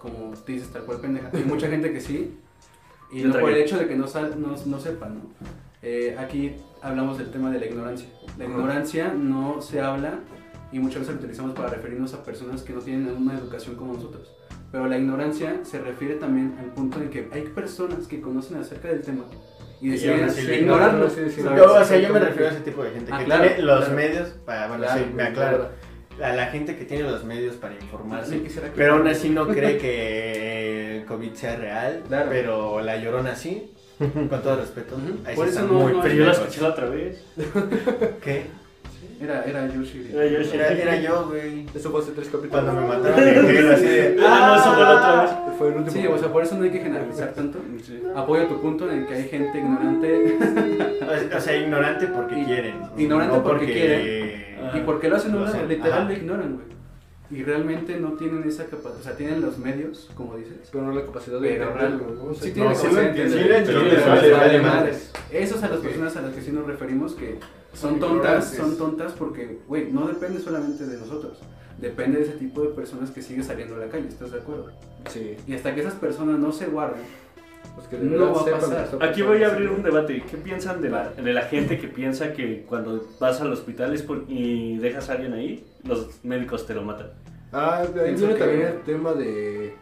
Speaker 2: como tú dices, tal cual pendeja. Hay mucha gente que sí, y
Speaker 1: Yo
Speaker 2: no por el
Speaker 1: tragué.
Speaker 2: hecho de que no, sa- no, no sepan, ¿no? Eh, aquí hablamos del tema de la ignorancia. La ignorancia no se habla y muchas veces la utilizamos para referirnos a personas que no tienen una educación como nosotros. Pero la ignorancia se refiere también al punto en que hay personas que conocen acerca del tema y
Speaker 3: aún
Speaker 2: deciden
Speaker 3: así lo
Speaker 2: ignorarlo.
Speaker 5: ignoran, sí, sí,
Speaker 2: ¿sabes?
Speaker 3: Yo, o sea, yo me refiero a ese tipo de gente
Speaker 2: Ah,
Speaker 3: que
Speaker 2: claro,
Speaker 3: tiene los
Speaker 2: claro.
Speaker 3: medios para. Bueno,
Speaker 2: Claro,
Speaker 3: sí, me aclaro. a la gente que tiene los medios para informarse.
Speaker 2: Yo quisiera que-
Speaker 3: Pero aún así no cree que el COVID sea real,
Speaker 5: Claro.
Speaker 3: pero la llorona sí, con todo respeto.
Speaker 2: Ujú.
Speaker 3: Ahí
Speaker 2: Por
Speaker 3: sí
Speaker 2: eso
Speaker 3: están
Speaker 2: no-
Speaker 3: muy
Speaker 2: no-
Speaker 1: Pero yo la
Speaker 3: pendejos.
Speaker 1: escuché la otra vez.
Speaker 3: ¿Qué?
Speaker 2: Era, era Yoshi.
Speaker 1: Era Yoshi.
Speaker 3: Era, era yo, güey.
Speaker 5: Eso fue hace tres capítulos.
Speaker 3: Cuando me mataron en el así de...
Speaker 1: Ah, no, eso fue la otra vez.
Speaker 5: Fue el último.
Speaker 2: Sí, o sea, por eso no hay que generalizar tanto. Apoyo tu punto en el que hay gente ignorante.
Speaker 3: O- O sea, ignorante porque
Speaker 2: Y-
Speaker 3: quieren.
Speaker 2: ignorante porque
Speaker 3: quieren.
Speaker 2: ¿Y por qué lo hacen?
Speaker 3: Lo
Speaker 2: No,
Speaker 3: hacen,
Speaker 2: literal
Speaker 3: ajá.
Speaker 2: lo ignoran, güey. Y realmente no tienen esa capacidad. O sea, tienen los medios, como dices.
Speaker 5: pero no la capacidad de
Speaker 2: Pero
Speaker 5: entenderlo, ¿no? O
Speaker 2: realmente.
Speaker 5: sea,
Speaker 2: Sí,
Speaker 5: no,
Speaker 2: tienen
Speaker 3: no,
Speaker 2: la
Speaker 3: sí lo
Speaker 2: capacidad de
Speaker 3: entienden,
Speaker 2: entender.
Speaker 3: pero
Speaker 2: Sí,
Speaker 3: les
Speaker 2: les
Speaker 3: vale
Speaker 2: vale
Speaker 3: madres.
Speaker 2: madres. Esas a las
Speaker 5: Ok.
Speaker 2: personas a las que sí nos referimos que
Speaker 5: Son
Speaker 2: son tontas,
Speaker 5: ignorantes.
Speaker 2: son tontas porque, güey, no depende solamente de nosotros. Depende de ese tipo de personas que sigue saliendo a la calle, ¿estás de acuerdo?
Speaker 5: Sí,
Speaker 2: Y hasta que esas personas no se guarden,
Speaker 5: los que de
Speaker 2: No
Speaker 5: verdad
Speaker 2: va a
Speaker 5: sepan
Speaker 2: pasar.
Speaker 5: lo que está
Speaker 1: Aquí voy a abrir
Speaker 5: pasando,
Speaker 1: un debate. ¿Qué piensan de la, de la gente que piensa que cuando vas al hospital es por- y dejas a alguien ahí, los médicos te lo matan?
Speaker 5: Ah, ahí
Speaker 2: Pienso
Speaker 5: viene
Speaker 2: que-
Speaker 5: también el tema de,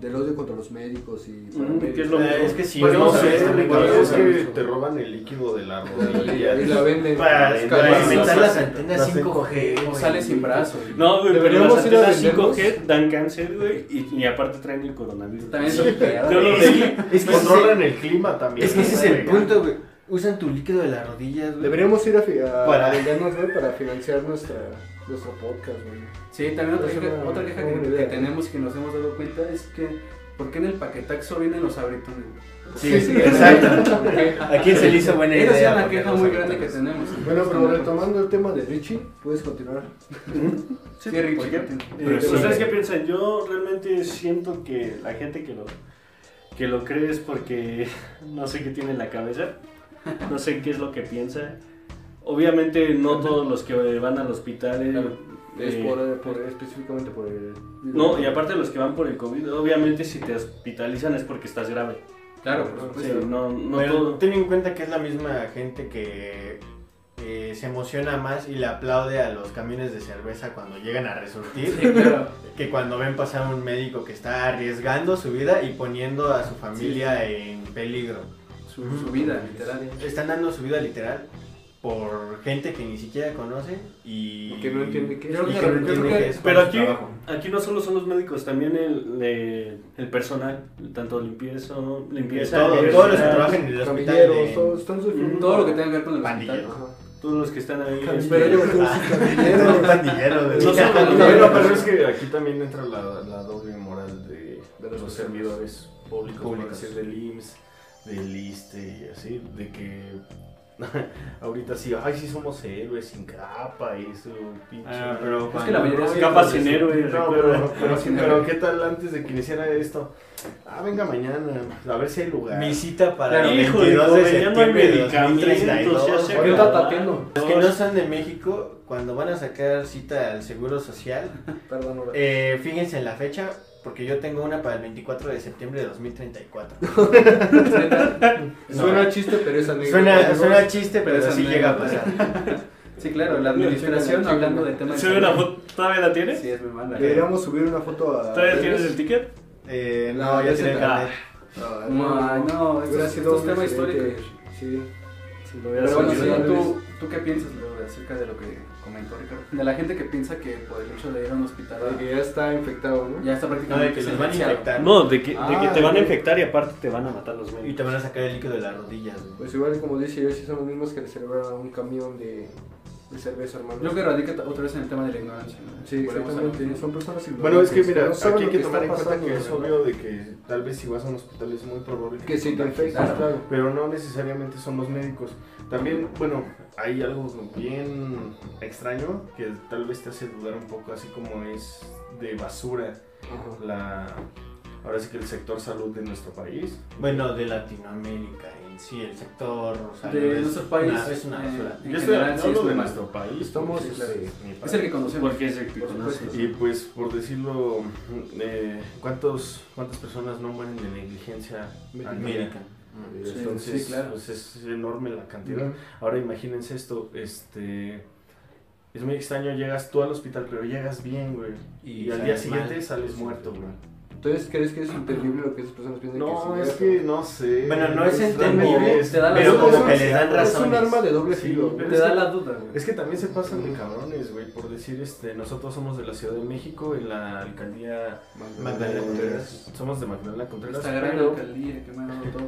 Speaker 5: del odio contra los médicos y paramédicos.
Speaker 1: que es lo-
Speaker 3: Ah, Es que sí,
Speaker 4: Pues no
Speaker 3: no sé.
Speaker 4: sé,
Speaker 5: sí,
Speaker 4: güey,
Speaker 5: sí,
Speaker 4: es
Speaker 5: sí,
Speaker 4: que
Speaker 5: sí.
Speaker 4: te roban el líquido de la
Speaker 5: Y
Speaker 4: rodilla.
Speaker 5: ahí la venden.
Speaker 3: Para
Speaker 5: Es
Speaker 3: para
Speaker 5: capaz.
Speaker 3: inventar las
Speaker 4: Las
Speaker 3: antenas 5G.
Speaker 2: o
Speaker 3: güey.
Speaker 2: sales sin brazo. güey.
Speaker 1: No, güey, pero
Speaker 5: Deberíamos
Speaker 1: las
Speaker 5: ir a
Speaker 1: antenas
Speaker 5: venderlos.
Speaker 1: 5G dan cáncer, güey, y, y aparte traen el coronavirus.
Speaker 2: También son pegadas.
Speaker 1: Yo lo leí.
Speaker 3: Es que ese-
Speaker 4: Controlan el clima también.
Speaker 3: Es que ese es el
Speaker 4: güey.
Speaker 3: punto, güey. Usan tu líquido de las rodillas, güey.
Speaker 5: Deberíamos ir a, fi- a
Speaker 3: Para-
Speaker 5: vendernos, güey, para financiar nuestra, nuestro podcast, güey.
Speaker 2: Sí, también otra
Speaker 5: Es
Speaker 2: queja,
Speaker 5: una-
Speaker 2: otra queja
Speaker 5: una
Speaker 2: que,
Speaker 5: buena
Speaker 2: que
Speaker 5: idea.
Speaker 2: tenemos y que nos hemos dado cuenta es que ¿por qué en el paquetaxo vienen los abritones?
Speaker 3: Sí, sí, exacto. ¿A quién se le hizo buena idea?
Speaker 2: Esa es una
Speaker 3: poner
Speaker 2: queja
Speaker 3: los
Speaker 2: muy grande que
Speaker 3: abritones?
Speaker 2: tenemos.
Speaker 5: Bueno, pero retomando el tema de Richie, puedes continuar.
Speaker 2: Sí, Richie,
Speaker 1: ¿Por qué?
Speaker 2: continúa.
Speaker 1: Eh,
Speaker 3: Pero sí.
Speaker 1: ¿Ustedes qué piensan? Yo realmente siento que la gente que lo, que lo cree es porque no sé qué tiene en la cabeza, no sé qué es lo que piensa. Obviamente no todos los que van al hospital... eh,
Speaker 5: Claro. Es
Speaker 1: eh,
Speaker 5: por, por- específicamente por el.
Speaker 1: No, y aparte los que van por el COVID, obviamente si te hospitalizan es porque estás grave.
Speaker 2: Claro, por
Speaker 1: Sí,
Speaker 2: supuesto.
Speaker 1: no, no
Speaker 3: Pero
Speaker 1: todo.
Speaker 3: ten en cuenta que es la misma gente que eh, se emociona más y le aplaude a los camiones de cerveza cuando llegan a resurtir.
Speaker 2: Sí, claro.
Speaker 3: Que cuando ven pasar a un médico que está arriesgando su vida y poniendo a su familia en peligro.
Speaker 2: Su, su vida, literal.
Speaker 3: Están dando su vida literal por gente que ni siquiera conoce y
Speaker 5: Que no entiende qué
Speaker 3: y
Speaker 5: es.
Speaker 2: Yo
Speaker 3: que
Speaker 2: creo
Speaker 3: no
Speaker 2: que- yo
Speaker 3: entiende
Speaker 2: creo que-
Speaker 3: qué es
Speaker 1: Pero
Speaker 3: su
Speaker 1: aquí,
Speaker 3: trabajo.
Speaker 1: aquí no solo son los médicos, también el, eh, el personal, tanto limpieza, limpieza
Speaker 3: Todo-
Speaker 1: diversidad,
Speaker 3: todos los que trabajan en el hospital
Speaker 5: Camilleros,
Speaker 3: de-
Speaker 5: todos están sufriendo.
Speaker 2: Todo lo que tenga que ver con el
Speaker 3: Pandilleros.
Speaker 2: hospital.
Speaker 5: Ajá.
Speaker 1: todos los que están ahí.
Speaker 5: Camilleros,
Speaker 1: este,
Speaker 5: camilleros.
Speaker 3: Los pandilleros, güey.
Speaker 1: No son
Speaker 4: No,
Speaker 1: También-
Speaker 4: no, pero es que aquí también entra la, la doble moral de,
Speaker 5: De los
Speaker 4: los servidores públicos, por
Speaker 3: Públicos.
Speaker 4: decir, del IMSS, del ISTE E y así, de que ahorita sí, ay, sí somos héroes sin capa y eso, pinche.
Speaker 3: Ah, pero
Speaker 2: Es que la mayoría
Speaker 4: Ay,
Speaker 2: son
Speaker 1: capas
Speaker 4: pues,
Speaker 1: sin héroe,
Speaker 4: No,
Speaker 1: recuerda.
Speaker 4: pero, pero,
Speaker 2: Sin
Speaker 4: pero
Speaker 2: héroe.
Speaker 4: ¿qué tal antes de que iniciara esto? Ah, venga mañana, a ver si hay lugar.
Speaker 3: Mi cita para
Speaker 1: Claro,
Speaker 3: el
Speaker 1: hijo,
Speaker 3: 22 de
Speaker 1: joven, ya no hay
Speaker 3: septiembre de
Speaker 1: medicamentos,
Speaker 3: 2032.
Speaker 1: ya se
Speaker 5: Ahorita
Speaker 1: acabaron.
Speaker 5: tatiendo.
Speaker 3: Los que no son de México, cuando van a sacar cita al Seguro Social,
Speaker 5: Perdón, ahora.
Speaker 3: eh, fíjense en la fecha, porque yo tengo una para el 24 de septiembre de 2034.
Speaker 5: Suena chiste, pero es anécdota.
Speaker 3: Suena,
Speaker 5: Amigos,
Speaker 3: suena chiste, pero,
Speaker 2: Pero es
Speaker 3: sí llega a
Speaker 2: anécdota.
Speaker 3: pasar.
Speaker 2: Sí, claro, la administración hablando de temas.
Speaker 1: ¿Se ve la foto? ¿Todavía la tienes?
Speaker 2: Sí, es muy mala.
Speaker 5: Deberíamos subir una foto a.
Speaker 1: ¿Todavía tienes el ticket?
Speaker 3: Eh,
Speaker 5: No,
Speaker 3: no, ya
Speaker 5: ya
Speaker 3: tiene
Speaker 5: se-
Speaker 3: carnet.
Speaker 5: Ah,
Speaker 2: No, no, esto
Speaker 5: hubiera
Speaker 2: es- esto
Speaker 5: sido
Speaker 2: es Este tema
Speaker 5: excelente.
Speaker 2: histórico.
Speaker 5: Sí.
Speaker 1: Sí, lo voy a
Speaker 2: Pero bueno,
Speaker 1: subir.
Speaker 5: sí.
Speaker 2: señor, ¿tú, ¿tú qué piensas Leo, acerca de lo que comentó Ricardo? De la gente que piensa que por el hecho de ir a un hospital
Speaker 5: De que ya está infectado, ¿no?
Speaker 2: ya está
Speaker 3: No, de
Speaker 2: prácticamente
Speaker 3: que los van a
Speaker 2: sentenciado.
Speaker 3: infectar.
Speaker 1: No, de que, de
Speaker 5: Ah,
Speaker 1: que te van a
Speaker 5: ok.
Speaker 1: infectar y aparte te van a matar los
Speaker 3: Y
Speaker 1: médicos.
Speaker 3: te van a sacar el líquido de las rodillas. güey.
Speaker 5: Pues igual como dice yo, sí son los mismos que le celebraron a un camión de, de cerveza, hermano.
Speaker 2: Yo creo que radica otra vez en el tema de la ignorancia. ¿no?
Speaker 5: Sí,
Speaker 2: Volvemos a lo
Speaker 5: exactamente.
Speaker 2: mismo.
Speaker 5: Son personas ignorantes.
Speaker 4: Bueno, es que mira,
Speaker 5: no saben
Speaker 4: aquí hay
Speaker 5: lo
Speaker 4: que tomar en
Speaker 5: está
Speaker 4: cuenta que
Speaker 5: pasando,
Speaker 4: es
Speaker 5: ¿verdad?
Speaker 4: obvio de que tal vez si vas a un hospital es muy probable
Speaker 5: Que si te
Speaker 4: contagies.
Speaker 5: infectas,
Speaker 2: Claro.
Speaker 5: claro.
Speaker 4: pero no necesariamente son los médicos. También, bueno, hay algo bien extraño que tal vez te hace dudar un poco, así como es de basura
Speaker 5: Ajá.
Speaker 4: la ahora sí que el sector salud de nuestro país.
Speaker 3: Bueno, de Latinoamérica en sí, el sector salud
Speaker 2: De
Speaker 3: es
Speaker 2: nuestro país,
Speaker 3: una- es una
Speaker 2: eh,
Speaker 3: basura.
Speaker 2: En
Speaker 4: Yo estoy
Speaker 2: general, sí,
Speaker 4: hablando
Speaker 2: es
Speaker 4: de
Speaker 2: un-
Speaker 4: nuestro país.
Speaker 5: Estamos,
Speaker 4: porque es,
Speaker 5: este,
Speaker 4: mi
Speaker 2: Es el que
Speaker 4: país.
Speaker 2: conocemos.
Speaker 1: Porque es el que
Speaker 2: Por
Speaker 1: conoces.
Speaker 2: supuesto.
Speaker 4: Y pues, por decirlo, eh, ¿cuántos, ¿cuántas personas no mueren de negligencia al día?
Speaker 3: América. Mm.
Speaker 5: Sí,
Speaker 4: Entonces,
Speaker 2: sí, claro.
Speaker 4: pues, es enorme la cantidad. Ahora imagínense esto, este... Es muy extraño, llegas tú al hospital, pero llegas bien, güey. Y, al día
Speaker 3: sales
Speaker 4: siguiente
Speaker 3: mal.
Speaker 4: sales muerto, güey.
Speaker 5: Entonces, ¿crees que es entendible lo que esas personas piensan?
Speaker 4: No,
Speaker 5: que
Speaker 4: es
Speaker 5: es
Speaker 4: que no sé.
Speaker 3: Bueno, no es entendible,
Speaker 4: realmente-
Speaker 2: te da la
Speaker 3: pero
Speaker 2: razón.
Speaker 3: como que les dan
Speaker 5: Es
Speaker 3: razones.
Speaker 5: un arma de doble
Speaker 4: Sí,
Speaker 5: filo.
Speaker 4: pero
Speaker 2: Te
Speaker 4: es
Speaker 2: da
Speaker 4: que-
Speaker 2: la duda, güey.
Speaker 4: Es que también se pasan de cabrones, güey, por decir, este, nosotros somos de la Ciudad de México, en la alcaldía Magdalena Contreras, somos de Magdalena Contreras,
Speaker 2: Esta gran
Speaker 4: pero,
Speaker 2: alcaldía que me ha dado todo.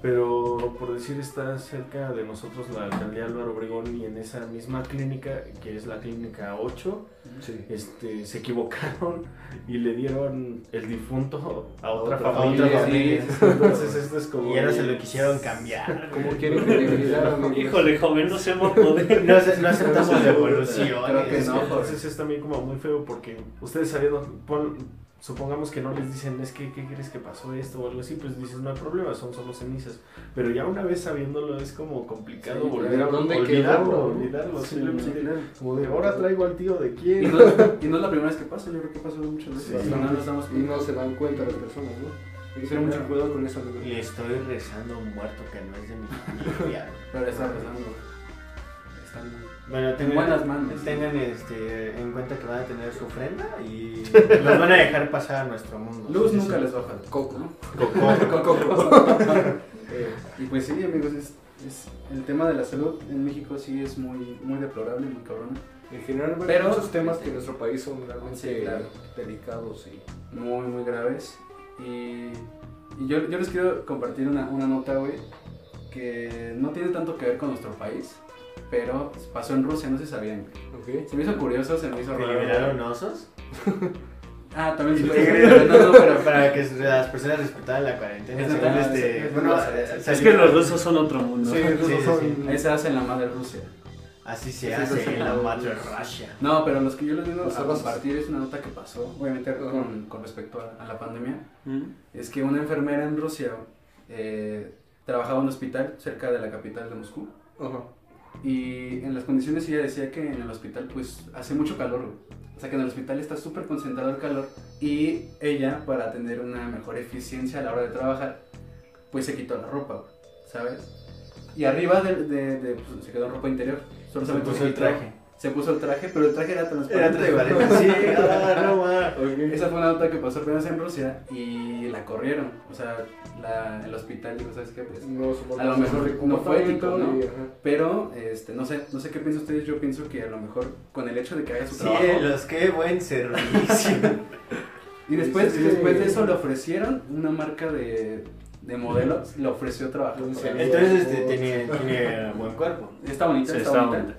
Speaker 4: pero por decir está cerca de nosotros la alcaldía Álvaro Obregón y en esa misma clínica, que es la clínica 8,
Speaker 5: Sí.
Speaker 4: este, se equivocaron y le dieron el difunto a otra,
Speaker 3: otra
Speaker 4: familia.
Speaker 3: familia.
Speaker 4: Sí, Entonces esto es como...
Speaker 3: Y ahora se
Speaker 4: de-
Speaker 3: lo quisieron cambiar.
Speaker 5: ¿Cómo quieren credibilidad, amigos?
Speaker 1: Híjole, joven, no seamos modernos.
Speaker 3: No, ace- no aceptamos
Speaker 2: Creo que
Speaker 3: devoluciones.
Speaker 2: no.
Speaker 4: Entonces es también como muy feo porque ustedes sabiendo, pon- supongamos que no les dicen es que qué crees que pasó esto o algo así, pues dices no hay problema, son solo cenizas. Pero ya una vez sabiéndolo es como complicado
Speaker 5: Sí,
Speaker 4: volver
Speaker 5: pero
Speaker 4: a
Speaker 5: ¿dónde
Speaker 4: olvidarlo,
Speaker 5: quedó?
Speaker 4: olvidarlo,
Speaker 1: Sí,
Speaker 4: simplemente
Speaker 2: no.
Speaker 4: como de ahora traigo al tío de
Speaker 2: Y
Speaker 4: quién.
Speaker 2: no, y no es la primera vez que pasa, yo creo que pasa muchas veces.
Speaker 4: Sí.
Speaker 2: Y no nos damos
Speaker 5: Este, Y no se dan cuenta las personas, ¿no? Y tener mucho cuidado con eso, amigos.
Speaker 3: Le estoy rezando a un muerto que no es de mi familia.
Speaker 2: Pero está pasando. Están
Speaker 3: Bueno,
Speaker 2: en buenas manos.
Speaker 3: Tengan este, en cuenta que van a tener su ofrenda y los van a dejar pasar a nuestro mundo.
Speaker 2: Luz
Speaker 3: Sí,
Speaker 2: nunca
Speaker 3: sí.
Speaker 2: les va a faltar.
Speaker 5: Coco.
Speaker 2: ¿no?
Speaker 3: Coco.
Speaker 2: Eh, y pues sí, amigos, es, es- el tema de la salud en México sí es muy, muy deplorable, muy cabrón.
Speaker 5: En general, bueno,
Speaker 2: Pero- este,
Speaker 5: muchos temas que en nuestro país son realmente
Speaker 2: Sí, claro.
Speaker 5: delicados y
Speaker 2: Muy, muy graves. Y, y yo, yo les quiero compartir una, una nota, güey, que no tiene tanto que ver con nuestro país, pero pasó en Rusia, no se sabían. güey.
Speaker 5: ¿ok?
Speaker 2: Se me hizo curioso, se me hizo
Speaker 3: ¿Te
Speaker 2: raro.
Speaker 3: liberaron osos?
Speaker 2: Ah, también
Speaker 3: Sí,
Speaker 2: se
Speaker 3: te
Speaker 2: me No, no, pero
Speaker 3: Para que las personas respetaran la cuarentena.
Speaker 2: Es
Speaker 3: según
Speaker 2: verdad,
Speaker 3: este,
Speaker 2: es
Speaker 3: bueno,
Speaker 2: verdad.
Speaker 3: eh,
Speaker 1: Es
Speaker 3: salió-
Speaker 1: que los rusos son otro mundo.
Speaker 3: Sí, sí, sí,
Speaker 5: son-
Speaker 3: sí.
Speaker 2: ahí se hace en la madre Rusia.
Speaker 3: Así
Speaker 5: Sí,
Speaker 3: se hace
Speaker 5: sí,
Speaker 3: en la
Speaker 5: sí.
Speaker 3: madre Russia.
Speaker 2: No, pero los que yo les vengo
Speaker 5: Los
Speaker 2: a
Speaker 5: abrazos.
Speaker 2: compartir es una nota que pasó, obviamente
Speaker 5: Ajá.
Speaker 2: con, con respecto a, a la pandemia.
Speaker 1: ¿Mm?
Speaker 2: Es que una enfermera en Rusia eh, trabajaba en un hospital cerca de la capital de Moscú.
Speaker 5: Ajá.
Speaker 2: Y en las condiciones ella decía que en el hospital pues hace mucho calor. güey. O sea que en el hospital está súper concentrado el calor. Y ella, para tener una mejor eficiencia a la hora de trabajar, pues se quitó la ropa, güey, ¿sabes? Y arriba de, de- de, pues, se quedó en ropa interior. Solo
Speaker 3: Se
Speaker 2: sabe que
Speaker 3: puso el
Speaker 2: quitó-
Speaker 3: traje.
Speaker 2: Se puso el traje, pero el traje era
Speaker 3: Era
Speaker 2: transparente. güey.
Speaker 3: transparente. Sí, ah, no va.
Speaker 2: Esa fue una nota que pasó apenas en Rusia y la corrieron. O sea, la, el hospital dijo, ¿sabes qué? Pues,
Speaker 5: No soportamos
Speaker 2: A lo mejor
Speaker 5: el
Speaker 2: no fue ético,
Speaker 5: comportamiento
Speaker 2: ¿no?
Speaker 5: y, ajá.
Speaker 2: pero, este, no sé, no sé qué piensan ustedes. Yo pienso que a lo mejor con el hecho de que haga su trabajo.
Speaker 3: Cielos, qué buen servicio.
Speaker 2: Y después,
Speaker 5: Sí.
Speaker 2: y después de eso le ofrecieron una marca de, de modelos, le ofreció trabajo.
Speaker 5: Sí.
Speaker 2: para-
Speaker 3: Entonces este, tiene, tiene buen cuerpo.
Speaker 2: Está bonita,
Speaker 1: Sí,
Speaker 2: está,
Speaker 1: está
Speaker 2: bonita.
Speaker 1: bonita.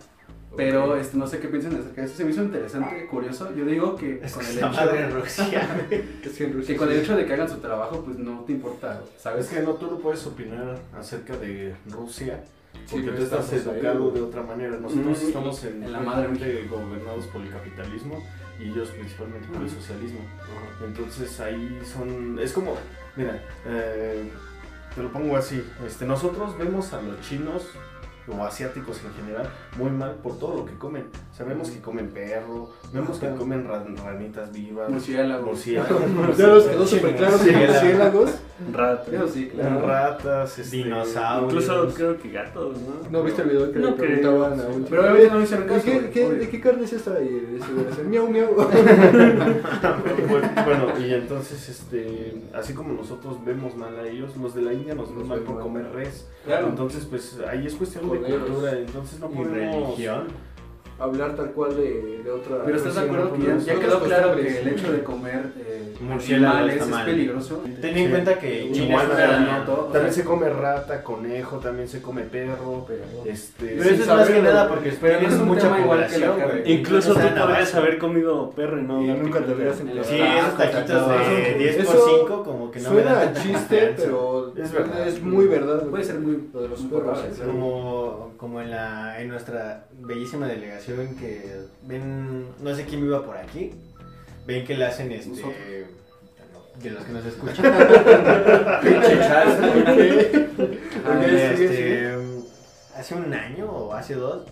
Speaker 2: Pero
Speaker 5: Ok.
Speaker 2: este, no sé qué piensan acerca de eso. Se me hizo interesante, curioso. Yo digo que
Speaker 3: Es
Speaker 2: con
Speaker 3: que
Speaker 2: el
Speaker 3: la madre
Speaker 2: hecho.
Speaker 3: Rusia.
Speaker 5: Es que en Rusia
Speaker 2: que con
Speaker 5: sí.
Speaker 2: el hecho de que hagan su trabajo, pues no te importa,
Speaker 4: Es
Speaker 2: ¿sabes?
Speaker 4: que no, tú no puedes opinar acerca de Rusia
Speaker 5: Sí,
Speaker 4: porque
Speaker 5: pero
Speaker 4: tú estás
Speaker 5: estamos ahí,
Speaker 4: educado
Speaker 5: güey.
Speaker 4: de otra manera. Nosotros
Speaker 1: Mm.
Speaker 4: estamos en,
Speaker 2: En la madre
Speaker 4: completamente gobernados por el capitalismo y ellos principalmente por el
Speaker 2: Ujú.
Speaker 4: socialismo.
Speaker 5: Ajá.
Speaker 4: Entonces ahí son. Es como. Mira, eh, te lo pongo así. Este, nosotros vemos a los chinos o asiáticos en general muy mal por todo lo que comen. O sea, vemos que comen perro, vemos que comen ran- ranitas vivas,
Speaker 2: Murciélagos.
Speaker 4: murciélagos,
Speaker 5: Ya nos quedó súper claro que
Speaker 3: Sí, la-
Speaker 5: murciélagos.
Speaker 1: Ratas.
Speaker 2: Eso sí, claro.
Speaker 4: ratas, este,
Speaker 1: Ah,
Speaker 3: Dinosaurios.
Speaker 1: Incluso creo que gatos, ¿no?
Speaker 5: ¿No viste el video que
Speaker 1: No
Speaker 5: le preguntaban
Speaker 1: creo,
Speaker 5: a un
Speaker 1: sí.
Speaker 2: Pero obviamente no le hicieron caso.
Speaker 5: ¿De qué,
Speaker 2: güey,
Speaker 5: qué-
Speaker 2: obvio.
Speaker 5: ¿De qué carne es esta? Y el ese güey decía, miau, miau.
Speaker 4: bueno, bueno, y entonces, este, así como nosotros vemos mal a ellos, los de la India nos ven
Speaker 5: Los
Speaker 4: mal
Speaker 5: ven
Speaker 4: por
Speaker 5: mal.
Speaker 4: comer res.
Speaker 2: Claro.
Speaker 4: Entonces, pues ahí es cuestión de
Speaker 5: Corderos.
Speaker 4: cultura. Entonces no
Speaker 3: Y
Speaker 4: podemos.
Speaker 3: religión.
Speaker 5: Hablar tal cual de, de otra.
Speaker 2: Pero estás de acuerdo que ya,
Speaker 5: Nosotros
Speaker 2: ya quedó claro que
Speaker 5: costumbres.
Speaker 2: el hecho de comer eh,
Speaker 3: Murciélagos
Speaker 2: animales
Speaker 3: está
Speaker 2: es
Speaker 3: mal.
Speaker 2: peligroso.
Speaker 3: Ten en
Speaker 4: Sí.
Speaker 3: cuenta que China es
Speaker 2: Igual
Speaker 3: una
Speaker 2: era,
Speaker 3: gran-
Speaker 2: ¿no? Todo, o
Speaker 4: También
Speaker 2: sea,
Speaker 4: se come rata, conejo, también se come perro. Este,
Speaker 3: Pero eso es más que nada porque
Speaker 2: Pero no
Speaker 3: tienes
Speaker 2: es un
Speaker 3: mucha
Speaker 2: tema igual que la
Speaker 3: población,
Speaker 2: carne.
Speaker 3: güey.
Speaker 1: Incluso tú
Speaker 3: Entonces, nada
Speaker 1: podrías
Speaker 3: más.
Speaker 1: haber comido perro y no.
Speaker 5: Y
Speaker 1: darte
Speaker 5: nunca te
Speaker 1: cuenta.
Speaker 5: hubieras enterado.
Speaker 3: Sí, esos taquitos de
Speaker 5: Eso-
Speaker 3: 10 por
Speaker 5: eso
Speaker 3: 5 como que no me
Speaker 5: Suena
Speaker 3: dan
Speaker 5: a
Speaker 3: tanta
Speaker 5: chiste,
Speaker 3: confianza.
Speaker 5: pero
Speaker 4: Es verdad.
Speaker 5: es muy verdad. güey.
Speaker 2: Puede ser muy-
Speaker 5: Lo de los
Speaker 2: muy
Speaker 5: perros.
Speaker 2: probable, sí.
Speaker 3: Como, como en, la, en nuestra bellísima delegación que ven, no sé quién viva por aquí, ven que le hacen este...
Speaker 2: Nosotros.
Speaker 3: De los que nos escuchan. Pinche Charles,
Speaker 5: Ah,
Speaker 3: Ok,
Speaker 5: sigue,
Speaker 3: este, hace un año o hace dos,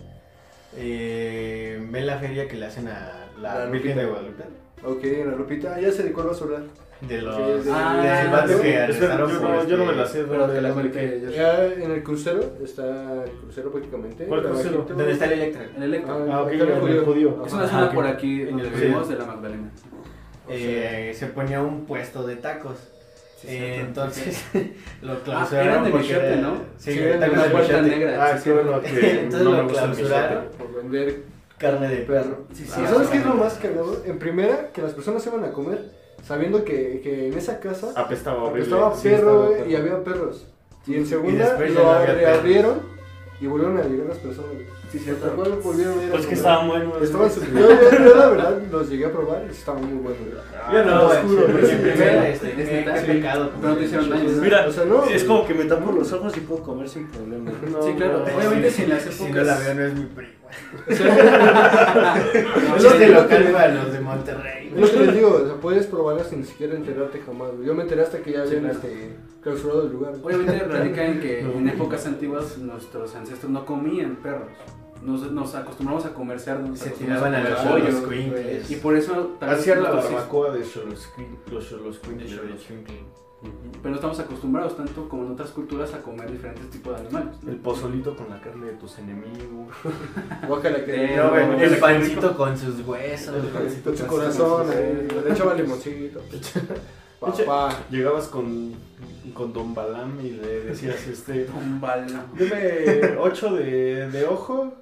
Speaker 3: eh, ven la feria que le hacen a
Speaker 5: La
Speaker 3: la, Virgen
Speaker 5: Lupita.
Speaker 3: de Guadalupe.
Speaker 5: Ok, en la Lupita. Ah, ya se dedicó a hablar.
Speaker 3: De los...
Speaker 5: Sí, sí.
Speaker 2: Ah,
Speaker 3: del vato
Speaker 2: sí.
Speaker 4: espera,
Speaker 3: que arrestaron
Speaker 4: yo,
Speaker 3: por
Speaker 4: no, yo no
Speaker 3: este-
Speaker 4: me la sé.
Speaker 2: Pero que la
Speaker 4: ¿dónde-
Speaker 2: marqué ya-
Speaker 5: Ya en el crucero está el crucero prácticamente.
Speaker 4: ¿Cuál crucero?
Speaker 5: abajito.
Speaker 3: ¿Dónde está el Electra?
Speaker 2: El electro.
Speaker 4: Ah, ok,
Speaker 5: acá en
Speaker 4: en el judío.
Speaker 2: es
Speaker 5: Ajá.
Speaker 2: una
Speaker 4: ah,
Speaker 2: zona
Speaker 4: ok.
Speaker 2: por aquí
Speaker 4: En
Speaker 2: donde
Speaker 4: el-
Speaker 2: vivimos de la Magdalena.
Speaker 3: eh, se ponía un puesto de tacos.
Speaker 2: Sí,
Speaker 3: Eh,
Speaker 2: cierto.
Speaker 3: entonces lo
Speaker 2: Ah,
Speaker 3: clausuraron
Speaker 2: eran de
Speaker 3: porque
Speaker 2: Michote,
Speaker 3: era-
Speaker 2: ¿no?
Speaker 3: Sí,
Speaker 2: Sí,
Speaker 3: de
Speaker 2: eran de
Speaker 3: tacos de
Speaker 2: una puerta
Speaker 3: Michote.
Speaker 2: negra.
Speaker 4: Ah, qué bueno que
Speaker 3: Entonces
Speaker 4: no me
Speaker 3: lo
Speaker 4: gusta el
Speaker 3: clausuraron.
Speaker 4: michote.
Speaker 5: por vender
Speaker 3: Carne de perro.
Speaker 2: Sí, Ah, sí,
Speaker 5: ¿Y sabes qué es lo más cagado? En primera, que las personas iban a comer sabiendo que, que en esa casa
Speaker 4: Apestaba Ah, horrible.
Speaker 5: estaba
Speaker 4: sí,
Speaker 5: perro
Speaker 4: estaba
Speaker 5: güey, y había perros. Y en segunda
Speaker 3: después ya no
Speaker 5: lo
Speaker 3: había
Speaker 5: reabrieron y volvieron a llegar las personas.
Speaker 2: Sí,
Speaker 5: Y tal
Speaker 2: cierto.
Speaker 5: cual volvieron a ir a
Speaker 1: Pues que
Speaker 5: comer.
Speaker 1: estaban buenos.
Speaker 5: Estaban su- yo, yo- yo la verdad los llegué a probar y estaban muy buenos.
Speaker 1: Yo no,
Speaker 3: güey,
Speaker 1: oscuro,
Speaker 3: sí,
Speaker 1: pero
Speaker 3: en
Speaker 1: sí.
Speaker 3: primera, este,
Speaker 2: Sí.
Speaker 3: qué- qué
Speaker 2: Sí.
Speaker 3: pecado.
Speaker 2: Pero no te hicieron daño.
Speaker 1: Mira,
Speaker 5: O sea, no.
Speaker 1: es como que me tapo los ojos y puedo comer sin problema.
Speaker 2: Sí, claro.
Speaker 3: Sí,
Speaker 2: Obviamente
Speaker 3: sí,
Speaker 2: si en las
Speaker 3: Si no la
Speaker 2: épocas...
Speaker 3: veo, no es mi primo.
Speaker 2: No,
Speaker 3: Es
Speaker 2: sí,
Speaker 3: lo que
Speaker 5: lo
Speaker 3: lo
Speaker 5: que-
Speaker 3: calma a los de Monterrey.
Speaker 5: Es lo que les digo, o sea, puedes probarla sin siquiera enterarte jamás. güey. Yo me enteré hasta que ya
Speaker 3: Sí,
Speaker 5: habían
Speaker 3: claro.
Speaker 5: este, clausurado el lugar.
Speaker 2: Obviamente radica en que en épocas antiguas nuestros ancestros no comían perros. Nos, nos acostumbramos a comer cerdo, nos
Speaker 3: Se
Speaker 2: acostumbramos
Speaker 3: tiraban a
Speaker 2: comer
Speaker 3: los
Speaker 2: pollo,
Speaker 3: pollos,
Speaker 2: Y por eso tal vez
Speaker 4: Hacían la
Speaker 2: nosotros sí-
Speaker 4: barbacoa de Xolosquin- los Xoloscuintles.
Speaker 2: pero no estamos acostumbrados tanto como en otras culturas a comer diferentes tipos de animales. ¿no?
Speaker 4: El pozolito con la carne de tus enemigos.
Speaker 5: Guácala que
Speaker 2: Eh,
Speaker 5: no,
Speaker 2: no, güey,
Speaker 5: el
Speaker 3: El pancito con sus huesos.
Speaker 5: con su corazón, ahí, le echaba limoncito. Papá.
Speaker 4: Llegabas con, con Don Balam y le decías, este,
Speaker 2: Un bala.
Speaker 4: deme ocho de, de ojo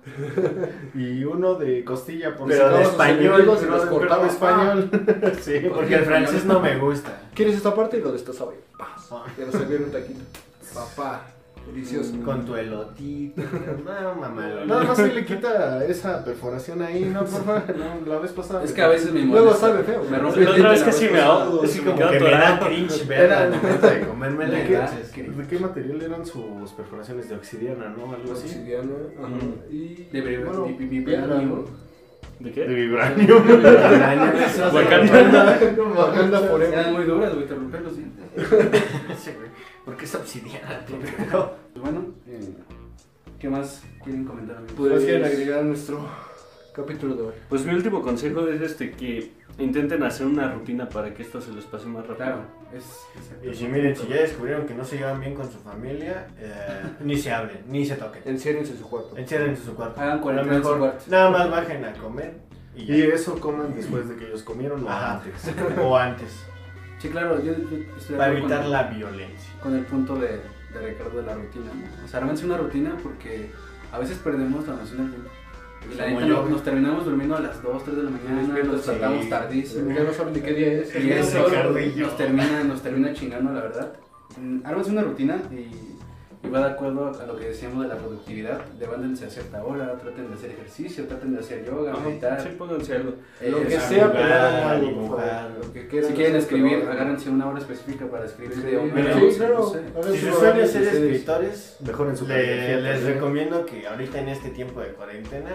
Speaker 4: y uno de costilla. Por
Speaker 3: Pero
Speaker 4: si
Speaker 3: de
Speaker 4: acaso".
Speaker 3: español,
Speaker 5: enemigos y
Speaker 4: pero Ah.
Speaker 5: los
Speaker 4: de-
Speaker 5: cortaba.
Speaker 4: pero de español. sí,
Speaker 3: Porque el francés no me gusta.
Speaker 5: ¿Quieres esta parte? Y lo destazaba y pa, Ya lo servían un taquito. Papá. Delicioso.
Speaker 3: Mm, Con tu elotito. No, mamá.
Speaker 4: Nada más se le quita esa perforación ahí, no, por favor, no, la vez pasada.
Speaker 2: Es que a veces me
Speaker 5: Luego
Speaker 2: molesta.
Speaker 5: sabe feo.
Speaker 2: Me rompe el
Speaker 1: La
Speaker 2: diente
Speaker 1: otra vez
Speaker 2: la
Speaker 1: casi me ahogo.
Speaker 3: Así
Speaker 1: Sí, me
Speaker 3: como
Speaker 1: quedo
Speaker 3: que me da
Speaker 1: atorado.
Speaker 3: cringe verla al
Speaker 4: Era-
Speaker 3: momento de comérmela.
Speaker 4: ¿De qué?
Speaker 3: entonces,
Speaker 4: ¿De qué material eran sus perforaciones? De obsidiana, ¿no? Algo así.
Speaker 5: Obsidiana. Ajá.
Speaker 1: Ujú.
Speaker 5: Y.
Speaker 2: De bre-
Speaker 5: bueno,
Speaker 2: pi- pi- pi-
Speaker 5: piedra, ¿no?
Speaker 1: ¿De
Speaker 4: De
Speaker 1: qué?
Speaker 4: vibranio.
Speaker 1: Wakanda.
Speaker 5: Wakanda
Speaker 2: Eran
Speaker 5: forever.
Speaker 2: muy duras, güey, te rompen los dientes.
Speaker 3: Porque es obsidiana,
Speaker 2: Pues bueno, eh, ¿qué más quieren comentar? amigos?
Speaker 5: Pues quieren agregar nuestro capítulo de hoy.
Speaker 1: Pues mi último consejo es este que intenten hacer una rutina para que esto se les pase más rápido.
Speaker 2: Claro, es.
Speaker 3: Y si miren, si ya descubrieron que no se llevan bien con su familia, eh, ni se hablen, ni se toquen.
Speaker 5: Enciérrense en su cuarto.
Speaker 3: Enciérrense en su cuarto.
Speaker 2: Hagan
Speaker 3: A lo
Speaker 2: cuarentena en su
Speaker 3: mejor,
Speaker 2: cuarto.
Speaker 3: nada más bajen a comer y ya.
Speaker 4: Y eso coman después de que ellos comieron o
Speaker 3: Ajá.
Speaker 4: antes.
Speaker 3: O antes.
Speaker 2: Sí, claro, yo, yo estoy de
Speaker 3: Para
Speaker 2: acuerdo con-
Speaker 3: evitar la violencia.
Speaker 2: con el punto de, de Ricardo de la rutina. ¿no? O sea, armense una rutina porque a veces perdemos la noción del tiempo. Y la
Speaker 3: Como
Speaker 2: neta,
Speaker 3: yo.
Speaker 2: nos, nos terminamos durmiendo a las 2, 3 de la mañana,
Speaker 5: despierto
Speaker 2: nos
Speaker 5: hasta-
Speaker 2: tratamos
Speaker 3: sí.
Speaker 2: tardísimo.
Speaker 5: Ya no saben ni qué día es.
Speaker 2: Y
Speaker 3: Ese
Speaker 2: eso
Speaker 3: Ricardo.
Speaker 2: nos termina, nos termina chingando, la verdad. Mm, Ármense una rutina y, y va de acuerdo a lo que decíamos de la productividad. Levántense a cierta hora, traten de hacer ejercicio, traten de hacer yoga,
Speaker 1: Ajá,
Speaker 2: meditar.
Speaker 1: Sí, pónganse algo.
Speaker 2: eh,
Speaker 5: Lo que
Speaker 2: esa-
Speaker 5: sea,
Speaker 3: jugar,
Speaker 5: pero hagan algo, por
Speaker 3: dibujar.
Speaker 5: favor. Lo que quieran
Speaker 2: Si quieren
Speaker 5: hacer, pero
Speaker 2: escribir,
Speaker 5: hagan.
Speaker 2: agárrense una hora específica para escribir de
Speaker 5: Sí,
Speaker 2: Homero,
Speaker 5: sí,
Speaker 2: no
Speaker 5: claro.
Speaker 2: sé.
Speaker 5: hagan
Speaker 3: Si
Speaker 5: su
Speaker 3: su sueño
Speaker 5: horario
Speaker 3: es ser
Speaker 5: ustedes.
Speaker 3: escritores,
Speaker 4: Mejor en su
Speaker 3: le-
Speaker 4: calificación,
Speaker 3: les
Speaker 4: ¿eh?
Speaker 3: recomiendo que ahorita en este tiempo de cuarentena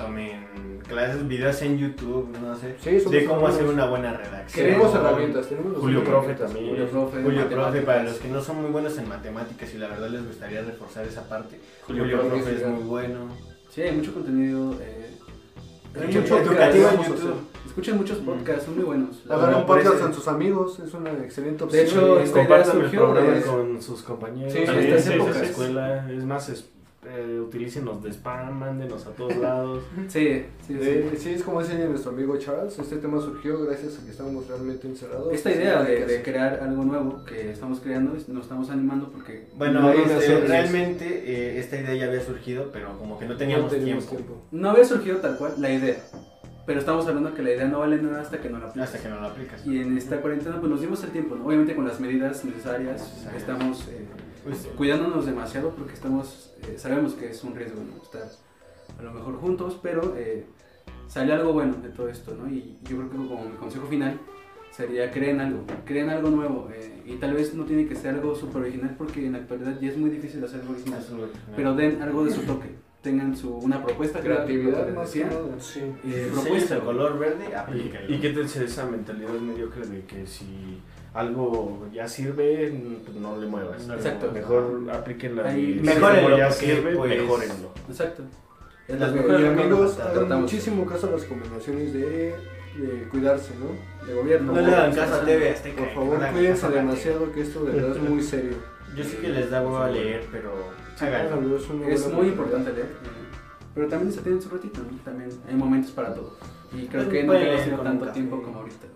Speaker 3: tomen clases, videos en YouTube, no sé,
Speaker 5: Sí, somos
Speaker 3: de cómo hacer
Speaker 5: amigos.
Speaker 3: una buena redacción.
Speaker 5: Tenemos
Speaker 3: O-
Speaker 5: herramientas, tenemos los
Speaker 4: Julio Profe
Speaker 5: herramientas.
Speaker 4: también.
Speaker 2: Julio Profe,
Speaker 3: Julio Profe, para los
Speaker 2: matemáticas.
Speaker 3: que no son muy buenos en matemáticas y la verdad les gustaría reforzar esa parte,
Speaker 1: Julio
Speaker 3: Julio,
Speaker 5: Profe,
Speaker 3: Profe,
Speaker 5: sí,
Speaker 3: es
Speaker 5: claro.
Speaker 3: muy bueno.
Speaker 2: Sí, hay mucho contenido. eh,
Speaker 3: Hay
Speaker 2: mucho
Speaker 3: mucho
Speaker 2: podcast.
Speaker 3: educativo en
Speaker 5: vamos a
Speaker 3: YouTube.
Speaker 2: Escuchen muchos podcasts, son muy buenos. La
Speaker 5: Hagan
Speaker 2: verdad,
Speaker 5: un podcast
Speaker 2: parece-
Speaker 5: con sus amigos, es una excelente
Speaker 2: De
Speaker 5: opción.
Speaker 2: hecho, esta idea
Speaker 4: Compartan el
Speaker 2: surgió
Speaker 4: programa
Speaker 2: de-
Speaker 4: con sus compañeros.
Speaker 5: Sí,
Speaker 4: También
Speaker 1: estas
Speaker 4: en
Speaker 1: épocas.
Speaker 4: su escuela. Es más, es, eh, utilícenos de spam, mándenos a todos lados.
Speaker 2: Sí, sí, sí.
Speaker 5: De- sí, es como dice nuestro amigo Charles, este tema surgió gracias a que estábamos realmente encerrados.
Speaker 2: Esta
Speaker 5: Sí,
Speaker 2: idea de,
Speaker 5: sí.
Speaker 2: de crear algo nuevo que estamos creando, es- nos estamos animando porque
Speaker 3: Bueno,
Speaker 5: No hay
Speaker 3: este,
Speaker 5: naciones.
Speaker 3: realmente eh, esta idea ya había surgido, pero como que no
Speaker 5: no
Speaker 3: teníamos
Speaker 5: teníamos
Speaker 3: tiempo,
Speaker 5: tiempo.
Speaker 2: no había surgido tal cual la idea, pero estamos hablando que la idea no vale nada hasta que no la aplicas.
Speaker 3: hasta que no lo aplicas.
Speaker 2: Y en esta cuarentena pues nos dimos el tiempo, ¿no? obviamente con las medidas necesarias,
Speaker 3: Necesarias.
Speaker 2: estamos eh,
Speaker 3: Pues,
Speaker 2: cuidándonos demasiado porque estamos eh, sabemos que es un riesgo ¿no? estar a lo mejor juntos, pero eh, sale algo bueno de todo esto, ¿no? Y yo creo que como mi consejo final sería creen algo, creen algo nuevo eh, y tal vez no tiene que ser algo súper original porque en la actualidad ya es muy difícil hacer algo original. pero den algo de su toque, tengan su, una propuesta
Speaker 5: Creatividad,
Speaker 2: como
Speaker 5: más
Speaker 2: les
Speaker 5: que
Speaker 2: decía,
Speaker 5: nada. Sí.
Speaker 2: eh,
Speaker 3: propuesta
Speaker 2: propuesta,
Speaker 3: de color verde, aplíquenlo.
Speaker 4: Y, y quítense esa mentalidad mediocre de que si algo ya sirve, n- pues no le muevas.
Speaker 3: No le
Speaker 2: Exacto. muevas.
Speaker 4: Mejor aplíquenla.
Speaker 2: Ahí-
Speaker 4: y si
Speaker 3: Mejórenlo,
Speaker 4: algo ya
Speaker 3: porque,
Speaker 4: sirve,
Speaker 3: pues,
Speaker 4: mejórenlo.
Speaker 2: exacto. Es
Speaker 3: Las
Speaker 2: lo que-
Speaker 5: Y
Speaker 3: mejores
Speaker 5: amigos, ah,
Speaker 3: recomendaciones.
Speaker 5: hagan
Speaker 2: Tratamos.
Speaker 5: muchísimo caso a las recomendaciones de, de cuidarse, ¿no?
Speaker 2: de gobierno.
Speaker 3: No le hagan caso a TV Azteca.
Speaker 5: Por
Speaker 3: no le
Speaker 5: favor,
Speaker 3: hagan
Speaker 5: cuídense
Speaker 3: caso a la
Speaker 5: demasiado que esto de verdad es muy serio.
Speaker 3: Yo sé que les da hueva leer, pero háganlo.
Speaker 5: Háganlo, es, una
Speaker 2: Es
Speaker 5: buena
Speaker 2: muy
Speaker 5: oportunidad.
Speaker 2: importante leer. Pero también se tienen su ratito, ¿no? También hay momentos para todo. Y creo que no
Speaker 3: Pueden
Speaker 2: debe
Speaker 3: leer
Speaker 2: ser
Speaker 3: con un
Speaker 2: tanto
Speaker 3: café.
Speaker 2: tiempo como ahorita.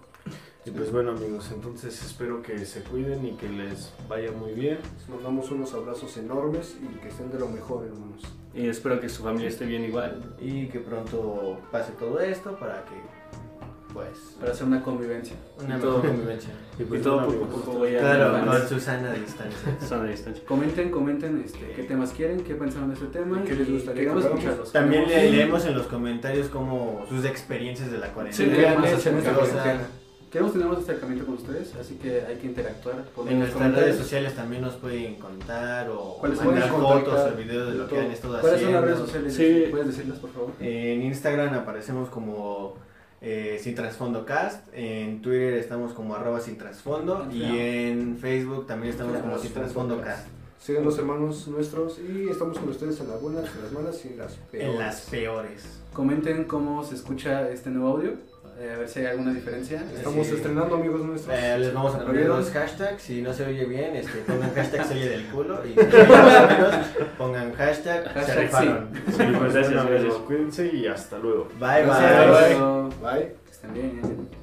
Speaker 4: Y pues bueno amigos, entonces espero que se cuiden y que les vaya muy bien.
Speaker 5: Les mandamos unos abrazos enormes y que estén de lo mejor, hermanos.
Speaker 1: Y espero que su familia esté bien igual.
Speaker 3: Y que pronto pase todo esto para que, pues,
Speaker 2: Para hacer una convivencia.
Speaker 3: una
Speaker 1: y todo-
Speaker 3: mejor convivencia.
Speaker 4: Y
Speaker 1: Y
Speaker 4: pues
Speaker 1: todo
Speaker 4: bueno,
Speaker 1: poco a
Speaker 4: amigos,
Speaker 1: poco voy a...
Speaker 3: Claro, con Susana a distancia.
Speaker 1: Sana distancia.
Speaker 2: Comenten, comenten este, qué temas quieren, qué pensaron de este tema.
Speaker 5: ¿Y qué les gustaría
Speaker 2: Queremos
Speaker 5: que habláramos?
Speaker 2: escucharlos.
Speaker 3: También
Speaker 2: Queremos-
Speaker 3: le- leemos en los comentarios como sus experiencias de la
Speaker 2: Sí,
Speaker 3: cuarentena.
Speaker 5: Sí,
Speaker 2: queremos
Speaker 5: más
Speaker 2: hacer esta
Speaker 5: acercamiento.
Speaker 2: cuarentena. Queremos tener más acercamiento con ustedes, así que hay que interactuar. por
Speaker 3: En
Speaker 2: los
Speaker 3: nuestras redes
Speaker 2: comentarios.
Speaker 3: sociales también nos pueden contar o
Speaker 2: ¿Cuáles
Speaker 3: mandar
Speaker 5: pueden contactar?
Speaker 3: fotos o videos de lo que han estado haciendo.
Speaker 2: ¿Cuáles son las redes sociales?
Speaker 1: Sí.
Speaker 2: ¿Puedes decirlas, por favor?
Speaker 3: En Instagram aparecemos como eh, Sin Trasfondo Cast, en Twitter estamos como arroba Sin Trasfondo y
Speaker 2: Claro.
Speaker 3: en Facebook también estamos como Sin Trasfondo Cast.
Speaker 5: Sigan los hermanos nuestros y estamos con ustedes en las buenas, en las malas y en las peores.
Speaker 3: En las peores.
Speaker 2: Comenten cómo se escucha este nuevo audio, eh, a ver si hay alguna diferencia.
Speaker 5: Estamos
Speaker 3: Sí.
Speaker 5: estrenando amigos nuestros.
Speaker 3: Eh, les vamos a
Speaker 5: ¿Lo
Speaker 3: poner
Speaker 5: vieron?
Speaker 3: los hashtags, si no se oye bien, este, pongan hashtag se oye del culo y si más o menos, pongan hashtag, se
Speaker 2: Hashtag sí.
Speaker 3: rifaron.
Speaker 1: Sí, pues, gracias,
Speaker 4: bueno, amigos,
Speaker 1: gracias.
Speaker 4: Cuídense y hasta luego.
Speaker 3: Bye bye.
Speaker 5: Gracias. Bye.
Speaker 2: Que estén bien. ¿eh?